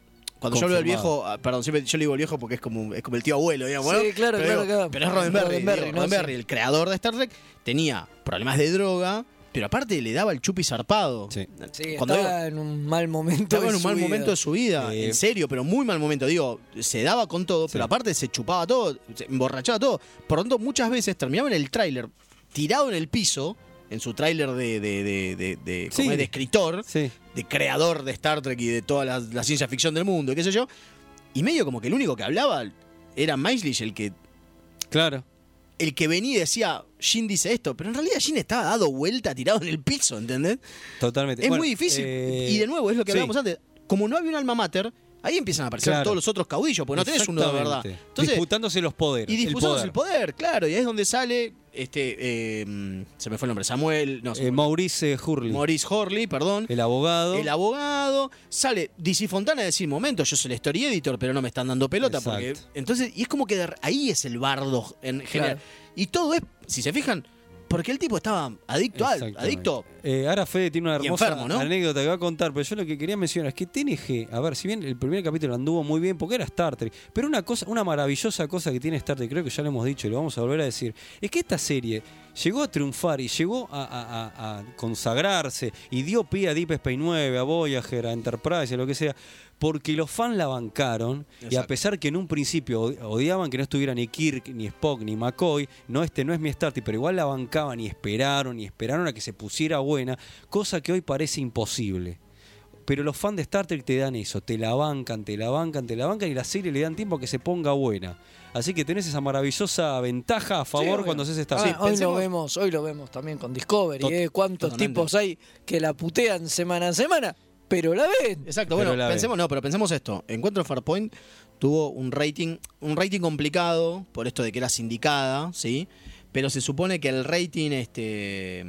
Cuando yo hablo del Confirmado. viejo, ah, perdón, siempre yo le digo el viejo porque es como, es como el tío abuelo, digamos. Sí, ¿no? claro, pero, claro, digo, claro. Pero es Roddenberry, Roddenberry, digo, ¿no? Roddenberry, el creador de Star Trek, tenía problemas de droga, pero aparte le daba el chupi zarpado. Sí. Sí, Cuando estaba digo- en un mal momento. estaba de en un su mal vida. momento de su vida, Eh, en serio, pero muy mal momento. Digo, se daba con todo, pero aparte se chupaba todo, se emborrachaba todo. Por lo tanto, muchas veces terminaba en el tráiler, tirado en el piso, en su tráiler de, de, de, de, de- Sí. como es, de escritor, Sí. de creador de Star Trek y de toda la, la ciencia ficción del mundo, y qué sé yo. Y medio como que el único que hablaba era Maislish, el que Claro. el que venía y decía, Jin dice esto, pero en realidad Jin estaba dado vuelta, tirado en el piso, ¿entendés? Totalmente. Es Bueno, muy difícil. eh, y de nuevo, es lo que sí. hablábamos antes. Como no había un alma mater, ahí empiezan a aparecer Claro. todos los otros caudillos, porque no tenés uno de verdad. Exactamente. Entonces, disputándose los poderes. y el dispusimos poder. el poder, claro, y ahí es donde sale este eh, se me fue el nombre, Samuel, no, Eh, Maurice Hurley, Maurice Horley, perdón. el abogado. El abogado, sale DC Fontana a decir, momento, yo soy el story editor, pero no me están dando pelota. porque Exacto. Entonces, y es como que de- ahí es el bardo en general. Y todo es, si se fijan, porque el tipo estaba adicto al, Exactamente. adicto. Eh, ahora Fede tiene una Y hermosa enfermo, ¿no? anécdota que va a contar, pero yo lo que quería mencionar es que TNG, a ver, si bien el primer capítulo anduvo muy bien porque era Star Trek, pero una cosa, una maravillosa cosa que tiene Star Trek, creo que ya lo hemos dicho y lo vamos a volver a decir, es que esta serie llegó a triunfar y llegó a, a- a- a consagrarse y dio pie a Deep Space 9, a Voyager, a Enterprise, a lo que sea, porque los fans la bancaron y a Exacto. pesar que en un principio od- odiaban que no estuviera ni Kirk, ni Spock, ni McCoy, no este no es mi Star Trek, pero igual la bancaban y esperaron y esperaron a que se pusiera buena, cosa que hoy parece imposible. Pero los fans de Star Trek te dan eso, te la bancan, te la bancan, te la bancan y la serie le dan tiempo a que se ponga buena. Así que tenés esa maravillosa ventaja a favor obvio. cuando haces esta Ah, serie. hoy pensemos- lo vemos, hoy lo vemos también con Discovery, Tot- ¿eh? cuántos totalmente. tipos hay que la putean semana a semana, pero la ven. Exacto, Pero bueno, la ve. pensemos, no, pero pensemos esto. Encuentro Farpoint tuvo un rating, un rating complicado, por esto de que era sindicada, ¿sí? Pero se supone que el rating este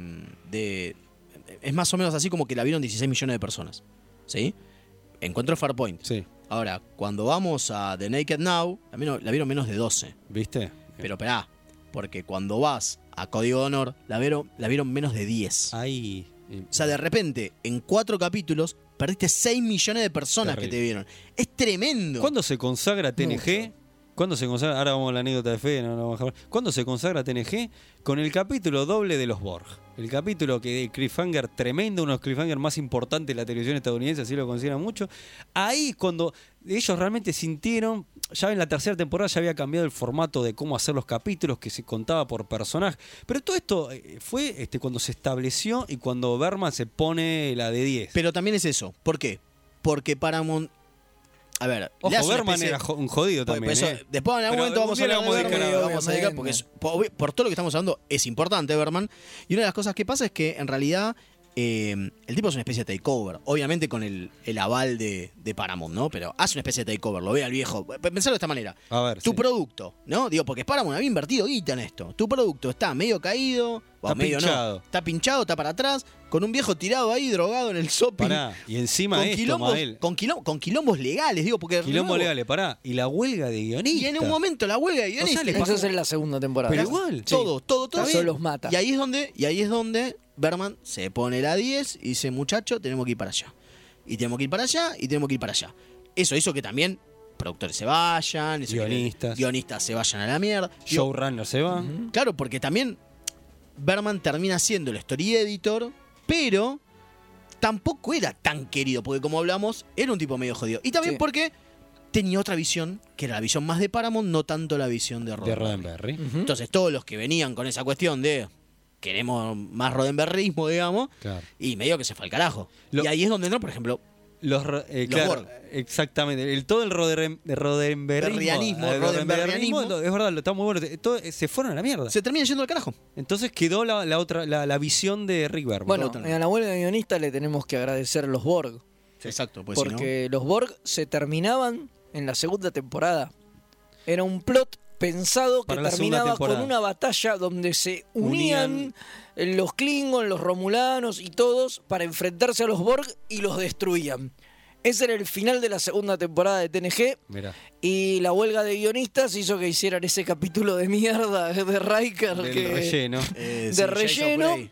de es más o menos así como que la vieron 16 millones de personas. ¿Sí? Encuentro Farpoint. Sí, Ahora, cuando vamos a The Naked Now, la vieron, la vieron menos de 12. ¿viste? Pero esperá, porque cuando vas a Código de Honor, la vieron, la vieron menos de 10. Ahí. O sea, de repente, en cuatro capítulos, perdiste 6 millones de personas Terrible. que te vieron. Es tremendo. ¿Cuándo se consagra TNG? ¿Cuándo se consagra? Ahora vamos a la anécdota de Fede, no, no vamos a dejar- ¿Cuándo se consagra TNG? Con el capítulo doble de los Borg. El capítulo que de cliffhanger tremendo, uno de los cliffhanger más importantes de la televisión estadounidense, así lo consideran mucho. Ahí es cuando ellos realmente sintieron, ya en la tercera temporada ya había cambiado el formato de cómo hacer los capítulos, que se contaba por personaje. Pero todo esto eh, fue este, cuando se estableció y cuando Berman se pone la de 10. Pero también es eso. ¿Por qué? Porque Paramount. A ver, le hace Ojo, una Berman especie- era jo- un jodido Por- por también. eso, ¿eh? Pues, Después en algún Pero momento vamos a algún día hablar le de vamos a Berman, a- dedicar vamos a dedicar, eh. porque es- por, por todo lo que estamos hablando es importante Berman. Y una de las cosas que pasa es que en realidad eh, el tipo es una especie de takeover. Obviamente con el, el aval de, de Paramount, ¿no? Pero hace una especie de takeover, lo ve al viejo. P- Pensalo de esta manera. A ver, Tu sí. producto, ¿no? Digo, porque Paramount había invertido guita en esto. Tu producto está medio caído, o Está medio pinchado. no. Está pinchado, está para atrás, con un viejo tirado ahí, drogado en el shopping. Pará, y encima Con esto, quilombos, Mael. con, quilom- con quilombos legales, digo, porque. de Quilombo nuevo- legales, pará. Y la huelga de guionistas. y en un momento la huelga de guionistas. les Eso pasó- es en la segunda temporada. Pero Las- igual, sí. Todo, todo, todo. Está bien. Eso los mata. Y ahí es donde, y ahí es donde Berman se pone la 10 y dice, muchacho, tenemos que ir para allá. Y tenemos que ir para allá y tenemos que ir para allá. Eso hizo que también productores se vayan, eso que Guionistas. guionistas se vayan a la mierda. Digo, Showrunner se va. Claro, porque también Berman termina siendo el story editor, pero tampoco era tan querido, porque como hablamos, era un tipo medio jodido. Y también Sí. porque tenía otra visión, que era la visión más de Paramount, no tanto la visión de De Roddenberry. Roddenberry. Entonces, todos los que venían con esa cuestión de queremos más Roddenberryismo, digamos, Claro. y medio que se fue al carajo. Lo- Y ahí es donde entró, por ejemplo, Los, ro- eh, Los claro, Borg. exactamente. El, todo el roderem- de rodenberrismo. Berrianismo, eh, rodenberrianismo. no, Es verdad, lo está muy bueno. Te- todo- eh, se fueron a la mierda. Se termina yendo al carajo. Entonces quedó la, la otra la, la visión de Rick Berman. Bueno, Total. a la huelga guionista le tenemos que agradecer los Borg, Exacto, pues porque los Borg se terminaban en la segunda temporada. Era un plot pensado que Para la segunda terminaba con temporada. una batalla donde se unían, Unían. los Klingons, los Romulanos y todos para enfrentarse a los Borg y los destruían. Ese era el final de la segunda temporada de TNG. Mirá. Y la huelga de guionistas hizo que hicieran ese capítulo de mierda de Riker. Del que- relleno. si no. Eh, de sí, Jason relleno. Frey.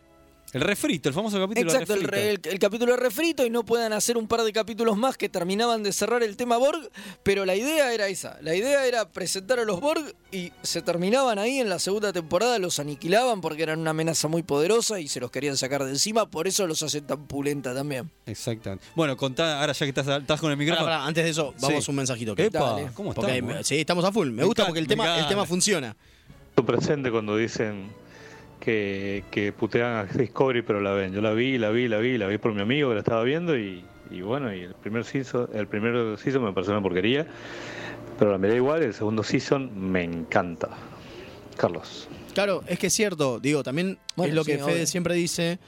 El refrito, el famoso capítulo Exacto, el, del refrito. re- el- el capítulo de refrito y no puedan hacer un par de capítulos más que terminaban de cerrar el tema Borg, pero la idea era esa, la idea era presentar a los Borg y se terminaban ahí en la segunda temporada, los aniquilaban porque eran una amenaza muy poderosa y se los querían sacar de encima, por eso los hacen tan pulenta también. Exactamente. Bueno, contá, ahora ya que estás, estás con el Pará, micrófono. pará, antes de eso, vamos Sí. un mensajito. que- Epa, Dale. ¿cómo porque estamos? hay- eh? sí, estamos a full. Me, Me gusta encanta, porque el me tema, el encanta. tema funciona. Tu presente cuando dicen que, que putean a Discovery, pero la ven. Yo la vi, la vi, la vi, la vi por mi amigo que la estaba viendo y, y bueno, y el primer season, el primer season me pareció una porquería, pero la miré igual, el segundo season me encanta. Carlos. Claro, es que es cierto, digo, también Bueno, es lo sí, que Fede obvio. siempre dice,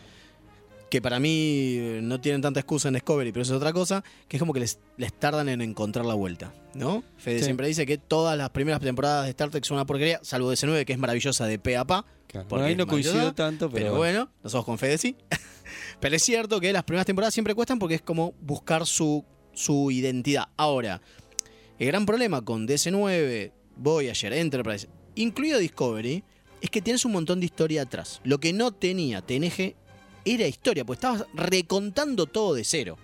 que para mí eh, no tienen tanta excusa en Discovery, pero eso es otra cosa, que es como que les, les tardan en encontrar la vuelta, ¿no? Fede Sí. siempre dice que todas las primeras temporadas de Star Trek son una porquería, salvo DC9, que es maravillosa de pe a pa, Claro, porque ahí es no coincido maravillosa, tanto, pero, pero bueno, nosotros con Fede sí. pero es cierto que las primeras temporadas siempre cuestan porque es como buscar su, su identidad. Ahora, el gran problema con DC9, Voyager, Enterprise, incluido Discovery, es que tienes un montón de historia atrás. Lo que no tenía TNG era historia, pues estabas recontando todo de cero.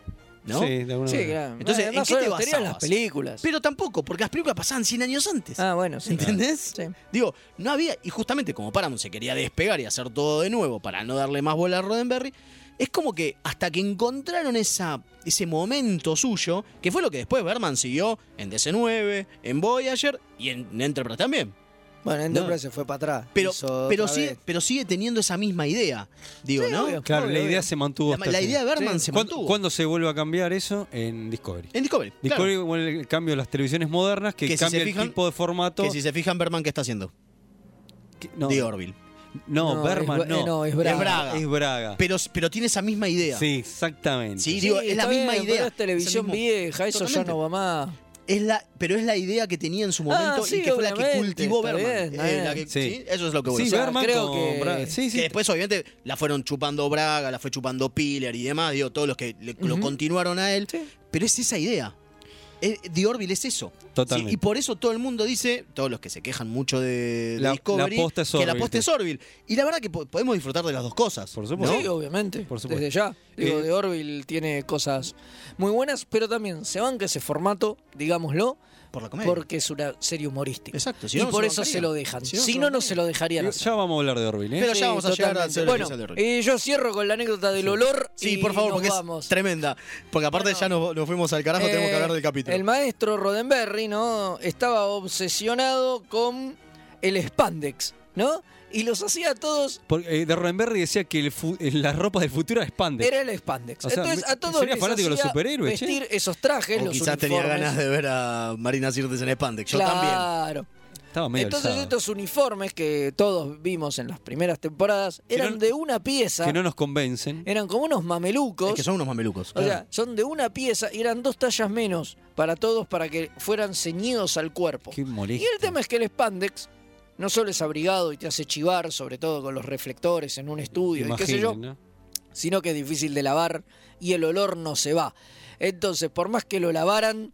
¿No? Sí, de alguna manera. claro. Entonces, Además, ¿en qué te solo tenían las basabas? películas. Pero tampoco, porque las películas pasaban 100 años antes. Ah, bueno, sí. ¿Entendés? Sí. Digo, no había, y justamente como Paramount se quería despegar y hacer todo de nuevo para no darle más bola a Roddenberry, es como que hasta que encontraron esa, ese momento suyo, que fue lo que después Berman siguió en DC9, en Voyager y en Enterprise también. Bueno, Enterprise se fue para atrás. Pero, hizo pero, otra sigue, vez. pero sigue teniendo esa misma idea, digo, ¿no? obvio. Claro, Obvio, la obvio. idea se mantuvo. La, hasta la el idea de fin. Berman se ¿Cuándo, mantuvo. cuándo se vuelve a cambiar eso? En Discovery. En Discovery. claro. Discovery, bueno, el cambio de las televisiones modernas, que, Que si cambia se el fijan- tipo de formato. Que si se fijan, Berman, ¿qué está haciendo? que- no, De Orville. no, No, Berman es- no. Ah, eh, no, es Braga. Es Braga. Pero, pero tiene esa misma idea. Sí, exactamente. Sí, digo, es la está misma bien, idea. pero es televisión Es el mismo- vieja, eso Totalmente. ya no va más. Es la, pero es la idea que tenía en su momento Ah, sí, y que fue la que obviamente, cultivó está Berman. bien, está Eh, bien. la que- Sí. sí, Eso es lo que voy Sí, a O sea, Berman creo con que- Braga. Sí, sí. Que después, obviamente, la fueron chupando Braga, la fue chupando Piller y demás, digo, todos los que le- lo Ujú. continuaron a él. Sí. Pero es esa idea. Eh, The Orville es eso. Totalmente. Sí, y por eso todo el mundo dice, todos los que se quejan mucho de, de La- la Discovery, posta es que la Orville, posta es Orville. Y la verdad que po- podemos disfrutar de las dos cosas. Por supuesto. Sí, obviamente. Por supuesto. Desde ya. Digo, Eh, de Orville tiene cosas muy buenas, pero también se banca ese formato, digámoslo, ¿no? Por la comedia. porque es una serie humorística. Exacto. si y no, no por se eso se bancaría. lo dejan. Si, no, no, no bancaría. se lo dejarían hacer. Ya vamos a hablar de Orville, ¿eh? Pero ya Sí, vamos a llegar a totalmente. hacer el Bueno, especial de Orville. eh, yo cierro con la anécdota del olor. Sí, y por favor, nos porque vamos. es tremenda. Porque aparte Bueno. ya nos, nos fuimos al carajo, tenemos que Eh, hablar del capítulo. El maestro Rodenberry, ¿no? Estaba obsesionado con el spandex, ¿no? Y los hacía a todos Porque, eh, de Roddenberry decía que el fu- eh, la ropa del futuro era expande. Era el spandex. O sea, Entonces me- a todos sería les fanático de los hacía superhéroes, che. vestir esos trajes, o los quizás tenía uniformes. ganas de ver a Marina Sirtis en Spandex. Yo también. Claro. Estaba medio Entonces alzado. estos uniformes que todos vimos en las primeras temporadas eran no- de una pieza, Que no nos convencen. eran como unos mamelucos. Es que son unos mamelucos. O sea, son de una pieza y eran dos tallas menos para todos para que fueran ceñidos al cuerpo. Qué Y molesto. el tema es que el spandex no solo es abrigado y te hace chivar, sobre todo con los reflectores en un estudio y qué sé Imaginen, yo, ¿no? sino que es difícil de lavar y el olor no se va. Entonces, por más que lo lavaran,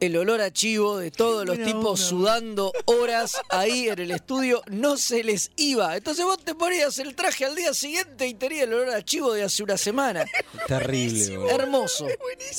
el olor a chivo de todos los Mira tipos vos, no. sudando horas ahí en el estudio no se les iba. Entonces vos te ponías el traje al día siguiente y tenías el olor a chivo de hace una semana. Terrible. Er, boludo. Hermoso.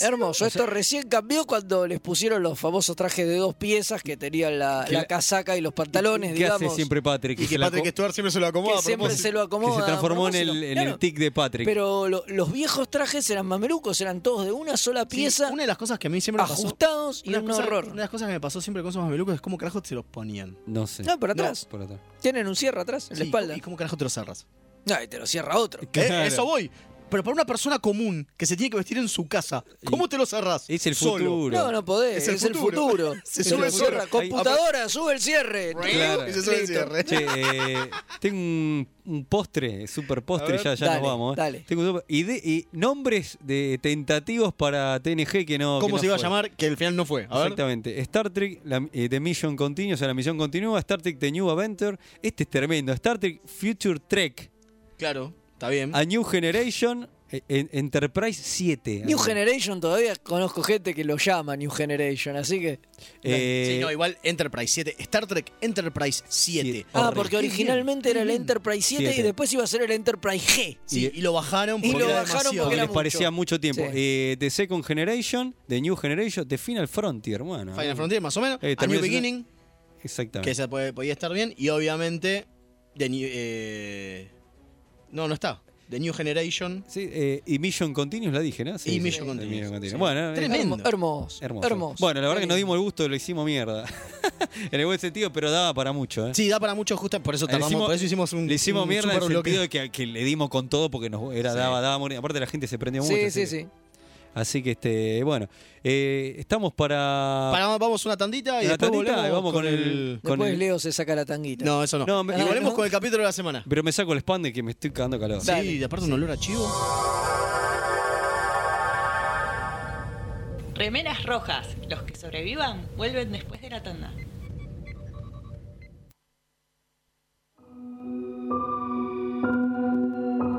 Hermoso. Esto recién cambió cuando les pusieron los famosos trajes de dos piezas que tenían la, Que la la- casaca y los pantalones, ¿Qué digamos. hace siempre Patrick? y Se que la Patrick co- Stewart siempre se lo acomoda. que a siempre propósito. se lo que acomoda. se transformó en a el, propósito. en el Claro. tic de Patrick. Pero lo- los viejos trajes eran mamelucos, eran todos de una sola Sí, pieza, una de las cosas que a mí siempre me pasó. ajustados y Una, de un las cosas- horror. una de las cosas que me pasó siempre con esos mamelucos es cómo carajo te los ponían. no sé. No, por atrás. Por atrás. Tienen un cierre atrás, en la Sí, espalda. ¿Y cómo carajo te los cerras? No, y te lo cierra otro. Eh, Claro. Eso voy. Pero para una persona común que se tiene que vestir en su casa, ¿cómo te lo cerrás? Es el Solo. futuro. No, no podés, es el, futuro. Se Te sube lo solo. cierra. Computadora, sube el cierre. Claro. Y se sube el cierre. Che, eh, tengo un, un postre, super postre, ya, ya Dale, nos vamos. eh. dale. Tengo un super- y, de- y nombres de tentativos para TNG que no. que ¿Cómo no se iba a fue. llamar? Que el final no fue. A ver. Exactamente. Star Trek, la, eh, The Mission Continue, o sea, la misión continúa. Star Trek, The New Adventure. Este es tremendo. Star Trek, Future Trek. Claro, está bien. A New Generation, eh, en- Enterprise Eh, 7. New Generation todavía conozco gente que lo llama New Generation, así que. Eh, Sí, no, igual Enterprise 7. Star Trek Enterprise 7. Sí. Ah, Horrible. porque originalmente era el Enterprise 7 y Siete. después iba a ser el Enterprise G. Sí, y, lo bajaron Y porque lo era bajaron demasiado. porque porque era les parecía mucho tiempo. Sí. Eh, The Second Generation, The New Generation, The Final Frontier, bueno. Final Frontier, más o menos. A Eh, New termina siendo- Beginning, Exactamente. que se puede- podía estar bien. Y obviamente. The New- eh, No, no está. The New Generation. Sí, eh, y Mission Continuous la dije, ¿no? Sí, Y sí, Mission sí, Continuous, Mission Continuous. sí. Bueno, eh, Tremendo. Hermoso. Hermoso. hermoso. Bueno, la verdad que no dimos el gusto, lo hicimos mierda. en el buen sentido, pero daba para mucho, ¿eh? Sí, da para mucho justo. Por eso Le tardamos, hicimos- por eso hicimos un. Le hicimos un mierda en el super bloque. sentido de que, que le dimos con todo porque nos era, daba, daba morir. Aparte la gente se prendió mucho. Sí, así sí, que- sí. Así que este, bueno. eh, estamos para. Pará, vamos una tandita y Una después tandita volvemos y vamos con el- con Después el- Leo se saca la tanguita. No, eso no. No, me- y volvemos Ah, ¿no? con el capítulo de la semana. Pero me saco el spam de que me estoy cagando calor. Sí, y aparte un olor a chivo. Remeras rojas. Los que sobrevivan vuelven después de la tanda.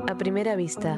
A primera vista,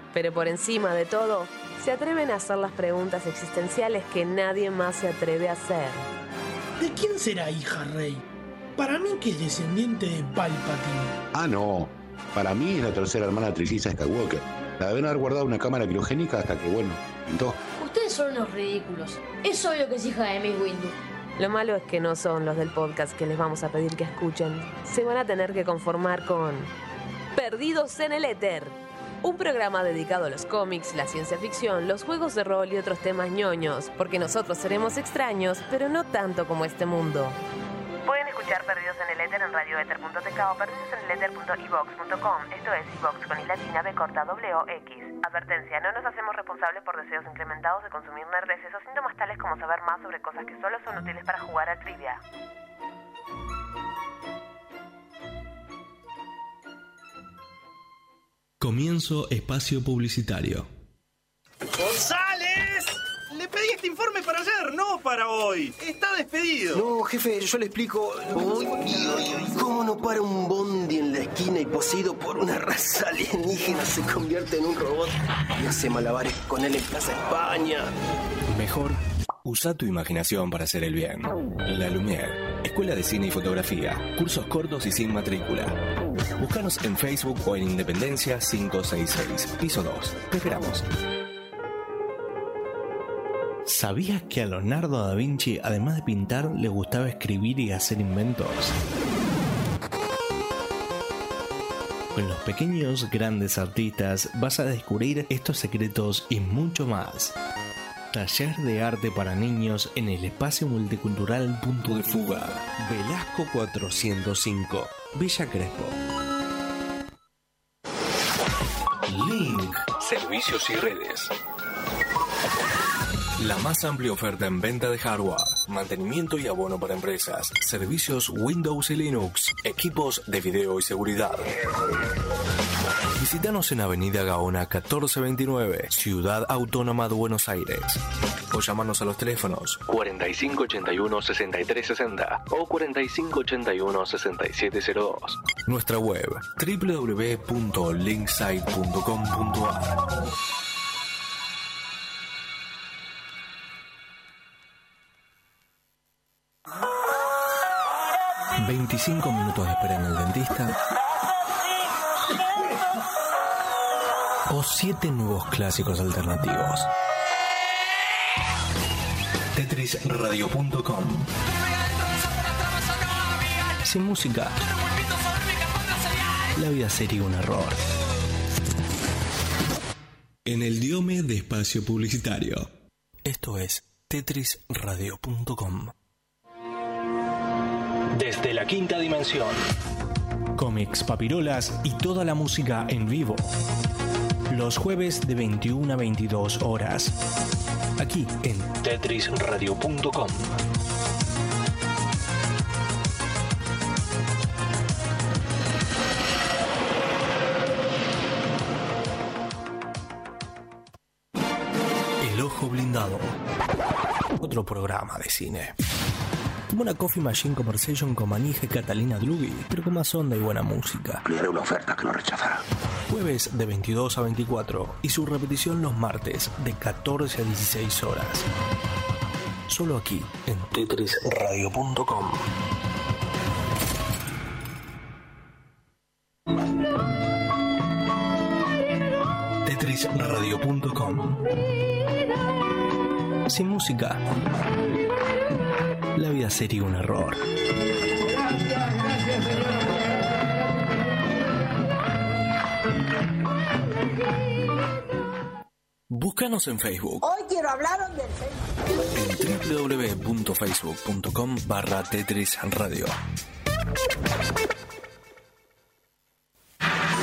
Pero por encima de todo, se atreven a hacer las preguntas existenciales que nadie más se atreve a hacer. ¿De quién será hija Rey? Para mí que es descendiente de Palpatine. Ah, no. Para mí es la tercera hermana trilliza Skywalker. La deben haber guardado una cámara criogénica hasta que, bueno, pintó. Ustedes son unos ridículos. Es obvio que es hija de Miss Windu. Lo malo es que no son los del podcast que les vamos a pedir que escuchen. Se van a tener que conformar con Perdidos en el Éter. Un programa dedicado a los cómics, la ciencia ficción, los juegos de rol y otros temas ñoños, porque nosotros seremos extraños, pero no tanto como este mundo. Pueden escuchar Perdidos en el Éter en radioéter.tk o perdidoseneleter.evox.com. Esto es iVox con islatina B corta W X. Advertencia, no nos hacemos responsables por deseos incrementados de consumir nerdeces o síntomas tales como saber más sobre cosas que solo son útiles para jugar a trivia. Comienzo espacio publicitario. ¡González! Le pedí este informe para ayer, no para hoy. Está despedido. No, jefe, yo le explico. Uy, uy, uy, ¿Cómo no para un bondi en la esquina y poseído por una raza alienígena se convierte en un robot y hace malabares con él en Plaza España? Mejor, usa tu imaginación para hacer el bien. La Lumière, Escuela de Cine y Fotografía, cursos cortos y sin matrícula. Búscanos en Facebook o en Independencia 566, piso 2. Te esperamos. ¿Sabías que a Leonardo da Vinci, además de pintar, le gustaba escribir y hacer inventos? Con los pequeños grandes artistas vas a descubrir estos secretos y mucho más. Taller de arte para niños en el espacio multicultural Punto de Fuga. Velasco 405, Villa Crespo. Link. Servicios y redes. La más amplia oferta en venta de hardware, mantenimiento y abono para empresas, servicios Windows y Linux, equipos de video y seguridad. Visítanos en Avenida Gaona 1429, Ciudad Autónoma de Buenos Aires. O llamarnos a los teléfonos 4581-6360 o 4581-6702. Nuestra web www.linksite.com.ar ¿25 minutos de espera en el dentista? ¿O 7 nuevos clásicos alternativos? TetrisRadio.com. Sin música, la vida sería un error. En el diome de espacio publicitario. Esto es TetrisRadio.com. Desde la quinta dimensión. Cómics, papirolas y toda la música en vivo. Los jueves de 21 a 22 horas. Aquí en TetrisRadio.com. El Ojo Blindado. Otro programa de cine. Como una coffee machine conversation con Manija y Catalina Drugi, pero con más onda y buena música. Le haré una oferta que no rechazará. Jueves de 22 a 24 y su repetición los martes de 14 a 16 horas. Solo aquí en tetrisradio.com. Tetrisradio.com. Sin música, la vida sería un error. Búscanos en Facebook. Hoy quiero hablar del www.facebook.com barra Tetris Radio.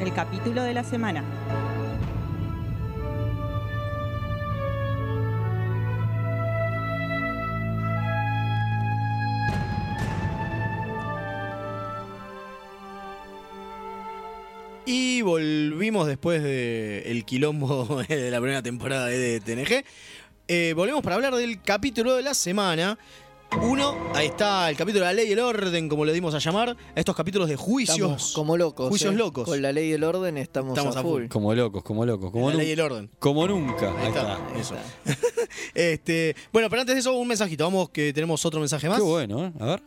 El capítulo de la semana. Y volvimos después de el quilombo de la primera temporada de TNG. Eh, volvemos para hablar del capítulo de la semana. Uno, ahí está el capítulo de la ley y el orden, como le dimos a llamar, a estos capítulos de juicios. Estamos como locos. Juicios eh. locos. Con la ley del orden estamos, Estamos a, a full. Como locos, como locos. Como La nun- ley y el orden. Como nunca. Ahí Ahí está, está. eso. Este, bueno, pero antes de eso, un mensajito. Vamos, que tenemos otro mensaje más. Qué bueno, ¿eh? A ver.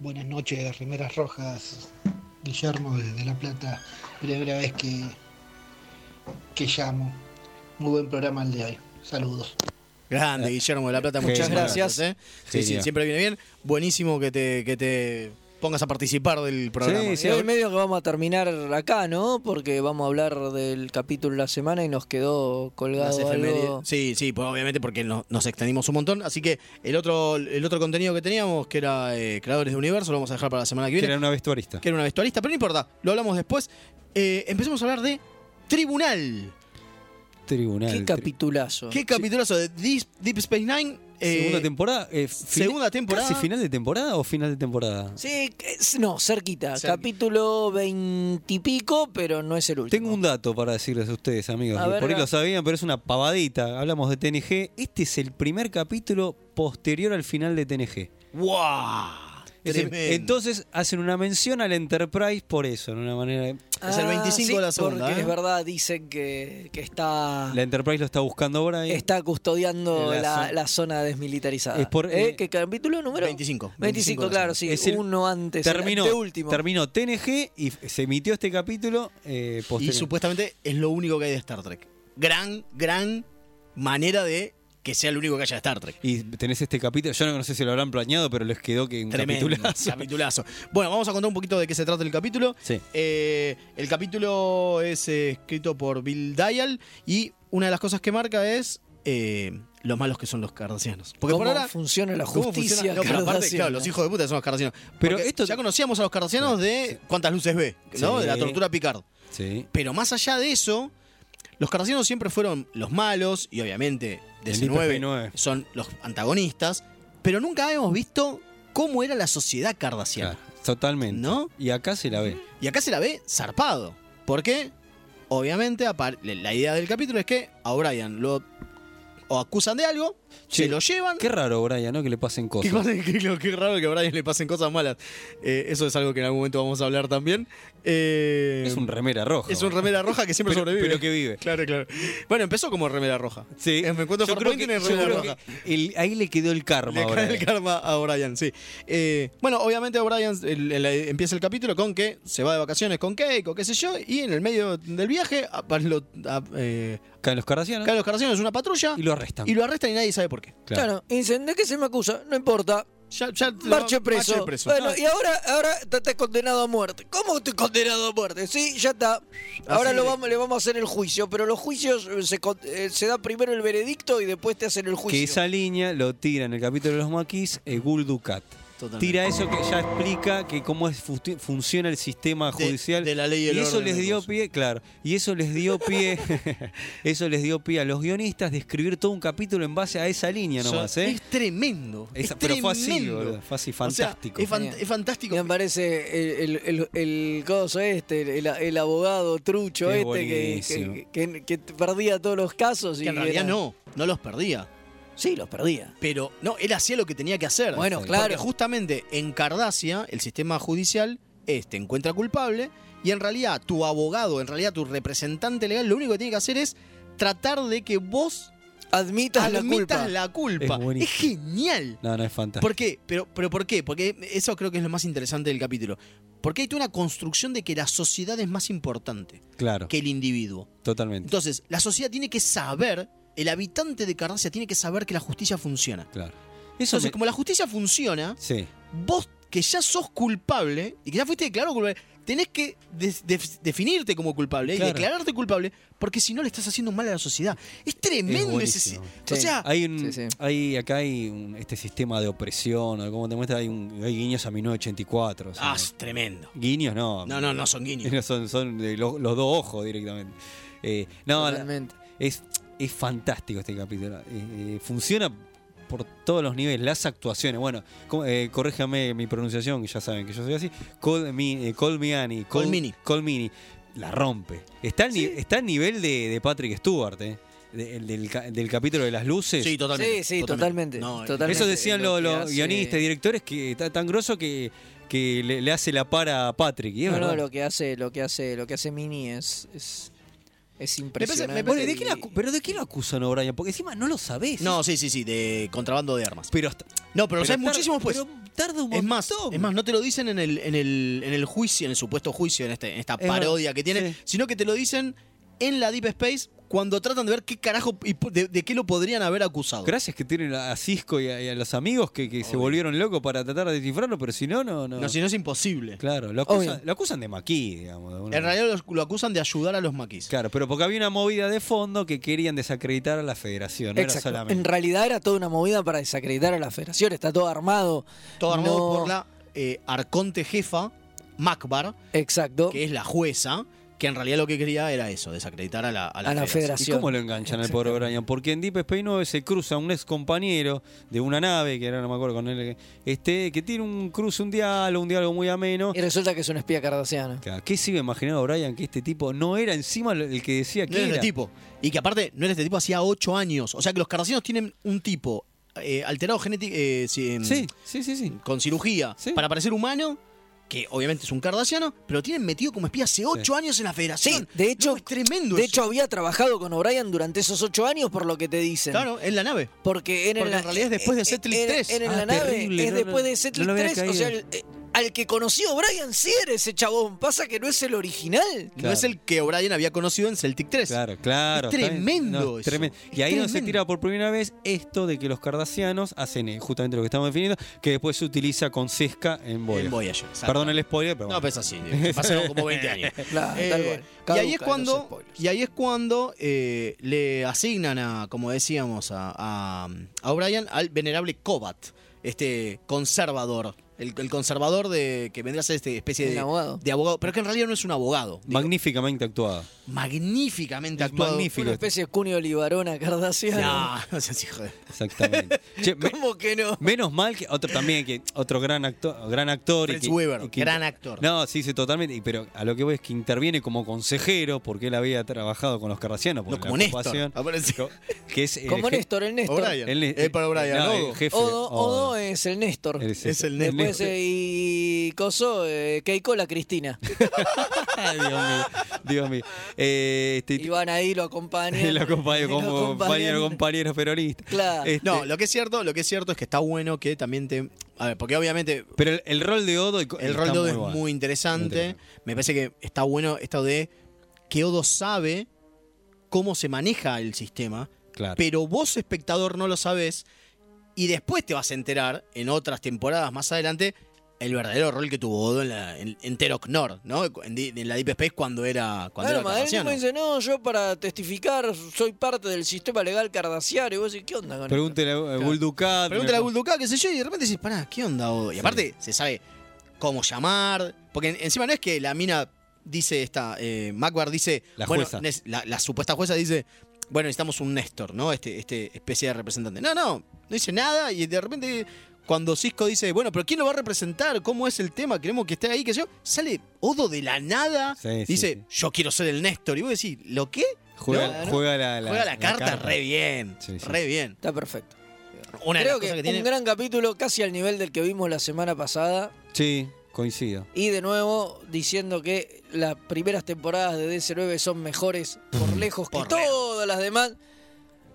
Buenas noches, Remeras Rojas. Guillermo desde La Plata. Primera vez que, que llamo. Muy buen programa el de hoy. Saludos. Grande, Guillermo de la Plata, muchas Genio. gracias. ¿eh? Sí, sí, Genio. siempre viene bien. Buenísimo que te, que te pongas a participar del programa. Y hoy medio que vamos a terminar acá, ¿no? Porque vamos a hablar del capítulo de la semana y nos quedó Las colgado efemérides. algo. Sí, sí, pues obviamente porque no- nos extendimos un montón. Así que el otro, el otro contenido que teníamos, que era eh, Creadores de Universo, lo vamos a dejar para la semana que Que viene. era una vestuarista. que era una vestuarista, pero no importa, lo hablamos después. Eh, empecemos a hablar de Tribunal. Tribunal. Qué tri- capitulazo. Qué capitulazo de Deep, Deep Space Nine. eh, segunda temporada. eh, fin- segunda temporada. ¿Casi final de temporada o final de temporada? Sí, es- no, cerquita. Capítulo veintipico, pero no es el último. Tengo un dato para decirles a ustedes, amigos. A que ver, por ahí Gab. lo sabían, pero es una pavadita. Hablamos de TNG. Este es el primer capítulo posterior al final de TNG. ¡Wow! Es el- entonces hacen una mención al Enterprise por eso, de una manera. Ah, sí, ¿eh? Porque es verdad, dicen que, que está, La Enterprise lo está buscando ahora. y- Ah. está custodiando La la, zo- la zona desmilitarizada. Es por- ¿Eh? eh, ¿Qué capítulo número? 25. 25, claro, sí. Es el- uno antes. el este terminó, anteúltimo. terminó TNG y f- se emitió este capítulo eh, Y posterior. supuestamente es lo único que hay de Star Trek. Gran, gran manera de que sea lo único que haya de Star Trek. Y tenés este capítulo, yo no sé si lo habrán planeado, pero les quedó que un Tremendo, capitulazo. capitulazo. Bueno, vamos a contar un poquito de qué se trata el capítulo. Sí. Eh, el capítulo es eh, escrito por Bill Dial y una de las cosas que marca es eh, lo malos que son los cardasianos. Porque ¿Cómo por ahora. funciona la ¿cómo justicia funciona? No, pero aparte, cardassiana? claro, los hijos de puta son los cardasianos. Pero Porque esto- ya conocíamos a los cardasianos de cuántas luces ve, ¿no? Sí. De la tortura Picard. Sí. Pero más allá de eso, los cardasianos siempre fueron los malos y obviamente El Deep Space 19 Nine. son los antagonistas, pero nunca habíamos visto cómo era la sociedad cardasiana. Ah, Totalmente. ¿No? Y acá se la ve. Y acá se la ve zarpado. ¿Por qué? Obviamente, apar- la idea del capítulo es que a Brian lo o acusan de algo, se lo llevan. Qué raro, Brian, ¿no? Que le pasen Qué, cosas. cosa- qué lo- qué raro que a Brian le pasen cosas malas. Eh, eso es algo que en algún momento vamos a hablar también. Eh, Es un remera roja. Es un remera roja que siempre Pero- sobrevive. pero que vive. Claro, claro. Bueno, empezó como remera roja. Sí. En mi Eh, encuentro Yo creo Farpoint que- tiene yo remera creo roja. que el- ahí le quedó el karma. Le ahora. cae el karma a O'Brien, sí. Eh, bueno, obviamente O'Brien el- el- empieza el capítulo con que se va de vacaciones con Keiko, qué sé yo, y en el medio del viaje apa- lo- a- eh, Caen los cardacianos. caen los cardacianos, una patrulla, Y lo arrestan. y lo arrestan y nadie sabe por qué. Claro. Claro, y dicen, ¿de qué se me acusa? No importa. Ya, ya marche preso. marche preso. Bueno, No. y ahora, ahora te- estás condenado a muerte. ¿Cómo estoy condenado a muerte? Sí, ya está. Ahora Así lo de- vamos, le vamos a hacer el juicio, pero los juicios eh, se, con- eh, se da primero el veredicto y después te hacen el Que juicio. esa línea lo tira en el capítulo de los maquis eh, Gul Dukat. Totalmente. Tira eso que ya explica que cómo es, fusti- funciona el sistema De- judicial. de la ley y el eso orden les y dio pie, claro, y eso les dio pie, eso les dio pie a los guionistas de escribir todo un capítulo en base a esa línea O sea, nomás, ¿eh? Es tremendo. Esa- es pero fue así, tremendo. boludo, fue así, O sea, fantástico. es fan- es fantástico. Me aparece el, el, el, el coso este, el, el abogado trucho Qué este que- buenísimo. que, que- que perdía todos los casos. Y Que en realidad era- no, no los perdía. Sí, los perdía. Pero no, él hacía lo que tenía que hacer. Bueno, Porque claro. justamente en Cardacia, el sistema judicial este, encuentra culpable y en realidad tu abogado, en realidad tu representante legal, lo único que tiene que hacer es tratar de que vos Admitas, admitas la la culpa. Es Es, buenísimo. genial. No, no es fantástico. ¿Por qué? Pero, pero ¿por qué? Porque eso creo que es lo más interesante del capítulo. Porque hay toda una construcción de que la sociedad es más importante Claro, que el individuo. totalmente. Entonces, la sociedad tiene que saber, el habitante de Cardacia tiene que saber que la justicia funciona. Claro. Eso Entonces, me- como la justicia funciona, sí. vos que ya sos culpable y que ya fuiste declarado culpable, tenés que des- def- definirte como culpable y Claro. declararte culpable, porque si no le estás haciendo mal a la sociedad. Es tremendo Es ese. si- buenísimo. O sea, hay un, sí, sí. hay- acá hay un- este sistema de opresión, o como te muestra, hay, un- hay guiños a 1984. o sea, ah, es tremendo. Guiños no. No, no, no son guiños. Son, son de lo- los dos ojos directamente. Eh, no, la- Totalmente. es, es fantástico este capítulo. Eh, eh, funciona por todos los niveles, las actuaciones. Bueno, co- eh, corréjame mi pronunciación, que ya saben que yo soy así. Col, me, eh, Call Me Annie. Call, Colmini. Colmini. La rompe. Está al, ni- está al nivel de, de Patrick Stewart, eh. De- el del, ca- del capítulo de las luces. Sí, totalmente. Sí, sí, totalmente. No, Totalmente. Eso decían Lo los, que los hace- guionistas y directores que está tan grosso que, que le, le hace la para a Patrick. y es No, no, verdad. lo que hace, lo que hace, lo que hace Mini es, es, es impresionante. me Bueno, parece- ¿y de qué lo acu- ¿Pero de qué lo acusan a O'Brien? Porque encima no lo sabés. No, sí, sí, sí, de contrabando de armas. Pero, hasta- No, pero, lo pero sabes tar- muchísimo después. pero tarda un Es más, montón. es más, no te lo dicen en el, en el, en el juicio, en el supuesto juicio, en, este- en esta Es parodia verdad, que tiene, sí. sino que te lo dicen en la Deep Space cuando tratan de ver qué carajo y po- de, de qué lo podrían haber acusado. Gracias que tienen a Cisco y a, y a los amigos que, que se volvieron locos para tratar de descifrarlo, pero si no, no. no. No, si no es imposible. Claro, lo Obvio. acusan, lo acusan de maquí, digamos. de alguna En manera. realidad los- lo, acusan de ayudar a los maquis. Claro, pero porque había una movida de fondo que querían desacreditar a la federación, no Exacto. era En solamente. realidad era toda una movida para desacreditar a la federación. Está todo armado. Todo armado No. por la eh, arconte jefa, Macbar, Oh. Exacto. que es la jueza, que en realidad lo que quería era eso, desacreditar a la, a la A la federación. federación. ¿Y cómo lo enganchan al pobre Brian? Porque en Deep Space 9 se cruza un ex compañero de una nave, que ahora no me acuerdo con él, este, que tiene un cruce, un diálogo, un diálogo muy ameno. Y resulta que es una espía cardaciana. Claro, ¿Qué se iba a imaginar O'Brien que este tipo no era encima el que decía No que era este era? tipo. Y que aparte, no era este tipo, hacía 8 años. O sea que los cardacianos tienen un tipo eh, em, alterado genético Mm. Sí, sí, sí, sí. con cirugía Sí. para parecer humano, que obviamente es un cardaciano, pero lo tienen metido como espía hace 8 años en la Sí, federación. de hecho, Loco, es tremendo de eso. hecho había trabajado con O'Brien durante esos ocho años, por lo que te dicen. claro, en la nave. Porque en, Porque la, en realidad es después de en- Setlist en- 3. En, en Ah, la nave terrible, es no, no, después de no Setlist lo había 3. O caído. sea, el- eh, al que conoció Brian sí era ese chabón. Pasa que no es el original. No Claro. es el que O'Brien había conocido en Celtic 3. Claro, claro. Es está bien. tremendo No, es eso. tremendo. Es Y ahí donde se tremendo. tira por primera vez esto de que los cardasianos hacen eh, justamente lo que estamos definiendo, que después se utiliza con Sesca en En Voyager. Voyager, exacto. Perdón el spoiler, pero No, bueno. pero es así. digo, Pasaron como 20 años. Claro, Ah, Eh, tal cual. y ahí Caducan es los cuando, spoilers. y ahí es cuando eh, le asignan a, como decíamos, a, a, a O'Brien al venerable Kobat, este conservador El, el conservador de que vendría a ser esta especie El de abogado. de abogado, pero que en realidad no es un abogado. Magníficamente actuada. Magníficamente Es actuado. magnífico. Una especie de Cunio Olivarona Cardassiano. No, no seas hijo de- Exactamente. Che, me- ¿Cómo que no? menos mal que otro también que otro gran actor, gran actor Fritz que- Weaver, y que- gran actor. No, sí, sí, totalmente, y- pero a lo que voy es que interviene como consejero porque él había trabajado con los cardacianos por No, la como Néstor. ocupación, que es el Como je- Néstor, el Néstor. O'Brien. el- Es para O'Brien, no, Odo. el jefe, Odo, Odo. Odo es el Néstor. Es el- Es el Néstor. Después, eh, y Coso, eh, Keiko la Cristina. Ay, Dios mío, Dios mío. Eh, este, Y van ahí, lo acompañan. lo acompaño como Lo acompañan. compañero, compañero peronista. Claro. Este- No, lo que es cierto, lo que es cierto es que está bueno que también te. A ver, porque obviamente Pero el, el rol de Odo. el rol de Odo es muy interesante. Me parece que está bueno esto de que Odo sabe cómo se maneja el sistema, Claro. pero vos, espectador, no lo sabés. Y después te vas a enterar, en otras temporadas más adelante, el verdadero rol que tuvo Odo en, la, en, en Terok Nor, ¿no? En, Di- en la Deep Space cuando era. Claro, Cuando era Madrid cardassiano. me dice, no, yo para testificar soy parte del sistema legal cardasiano. Y vos decís, ¿qué onda con Pregúntele a a Bull Ducat. Pregúntale a Bulducá, qué sé yo, y de repente dices, pará, ¿qué onda? Odo? Y aparte, se sabe cómo llamar. Porque en- encima no es que la mina dice esta. Eh, Macbar dice. La bueno, jueza. nes- la, la supuesta jueza dice. Bueno, necesitamos un Néstor, ¿no? Este, este especie de representante. No, no, no dice nada y de repente. Cuando Cisco dice, bueno, pero ¿quién lo va a representar? ¿Cómo es el tema? Queremos que esté ahí, que yo. Sale Odo de la nada. Sí, sí, dice, yo quiero ser el Néstor. Y vos decís, ¿lo qué? Juega- No, juega la- la- juega la la carta, carta. re bien. Sí, sí. Re bien. Está perfecto. Una de las Creo cosas que, que tiene- un gran capítulo, casi al nivel del que vimos la semana pasada. Sí, coincido. Y de nuevo, diciendo que las primeras temporadas de DC9 son mejores por Mm, lejos que todas las demás.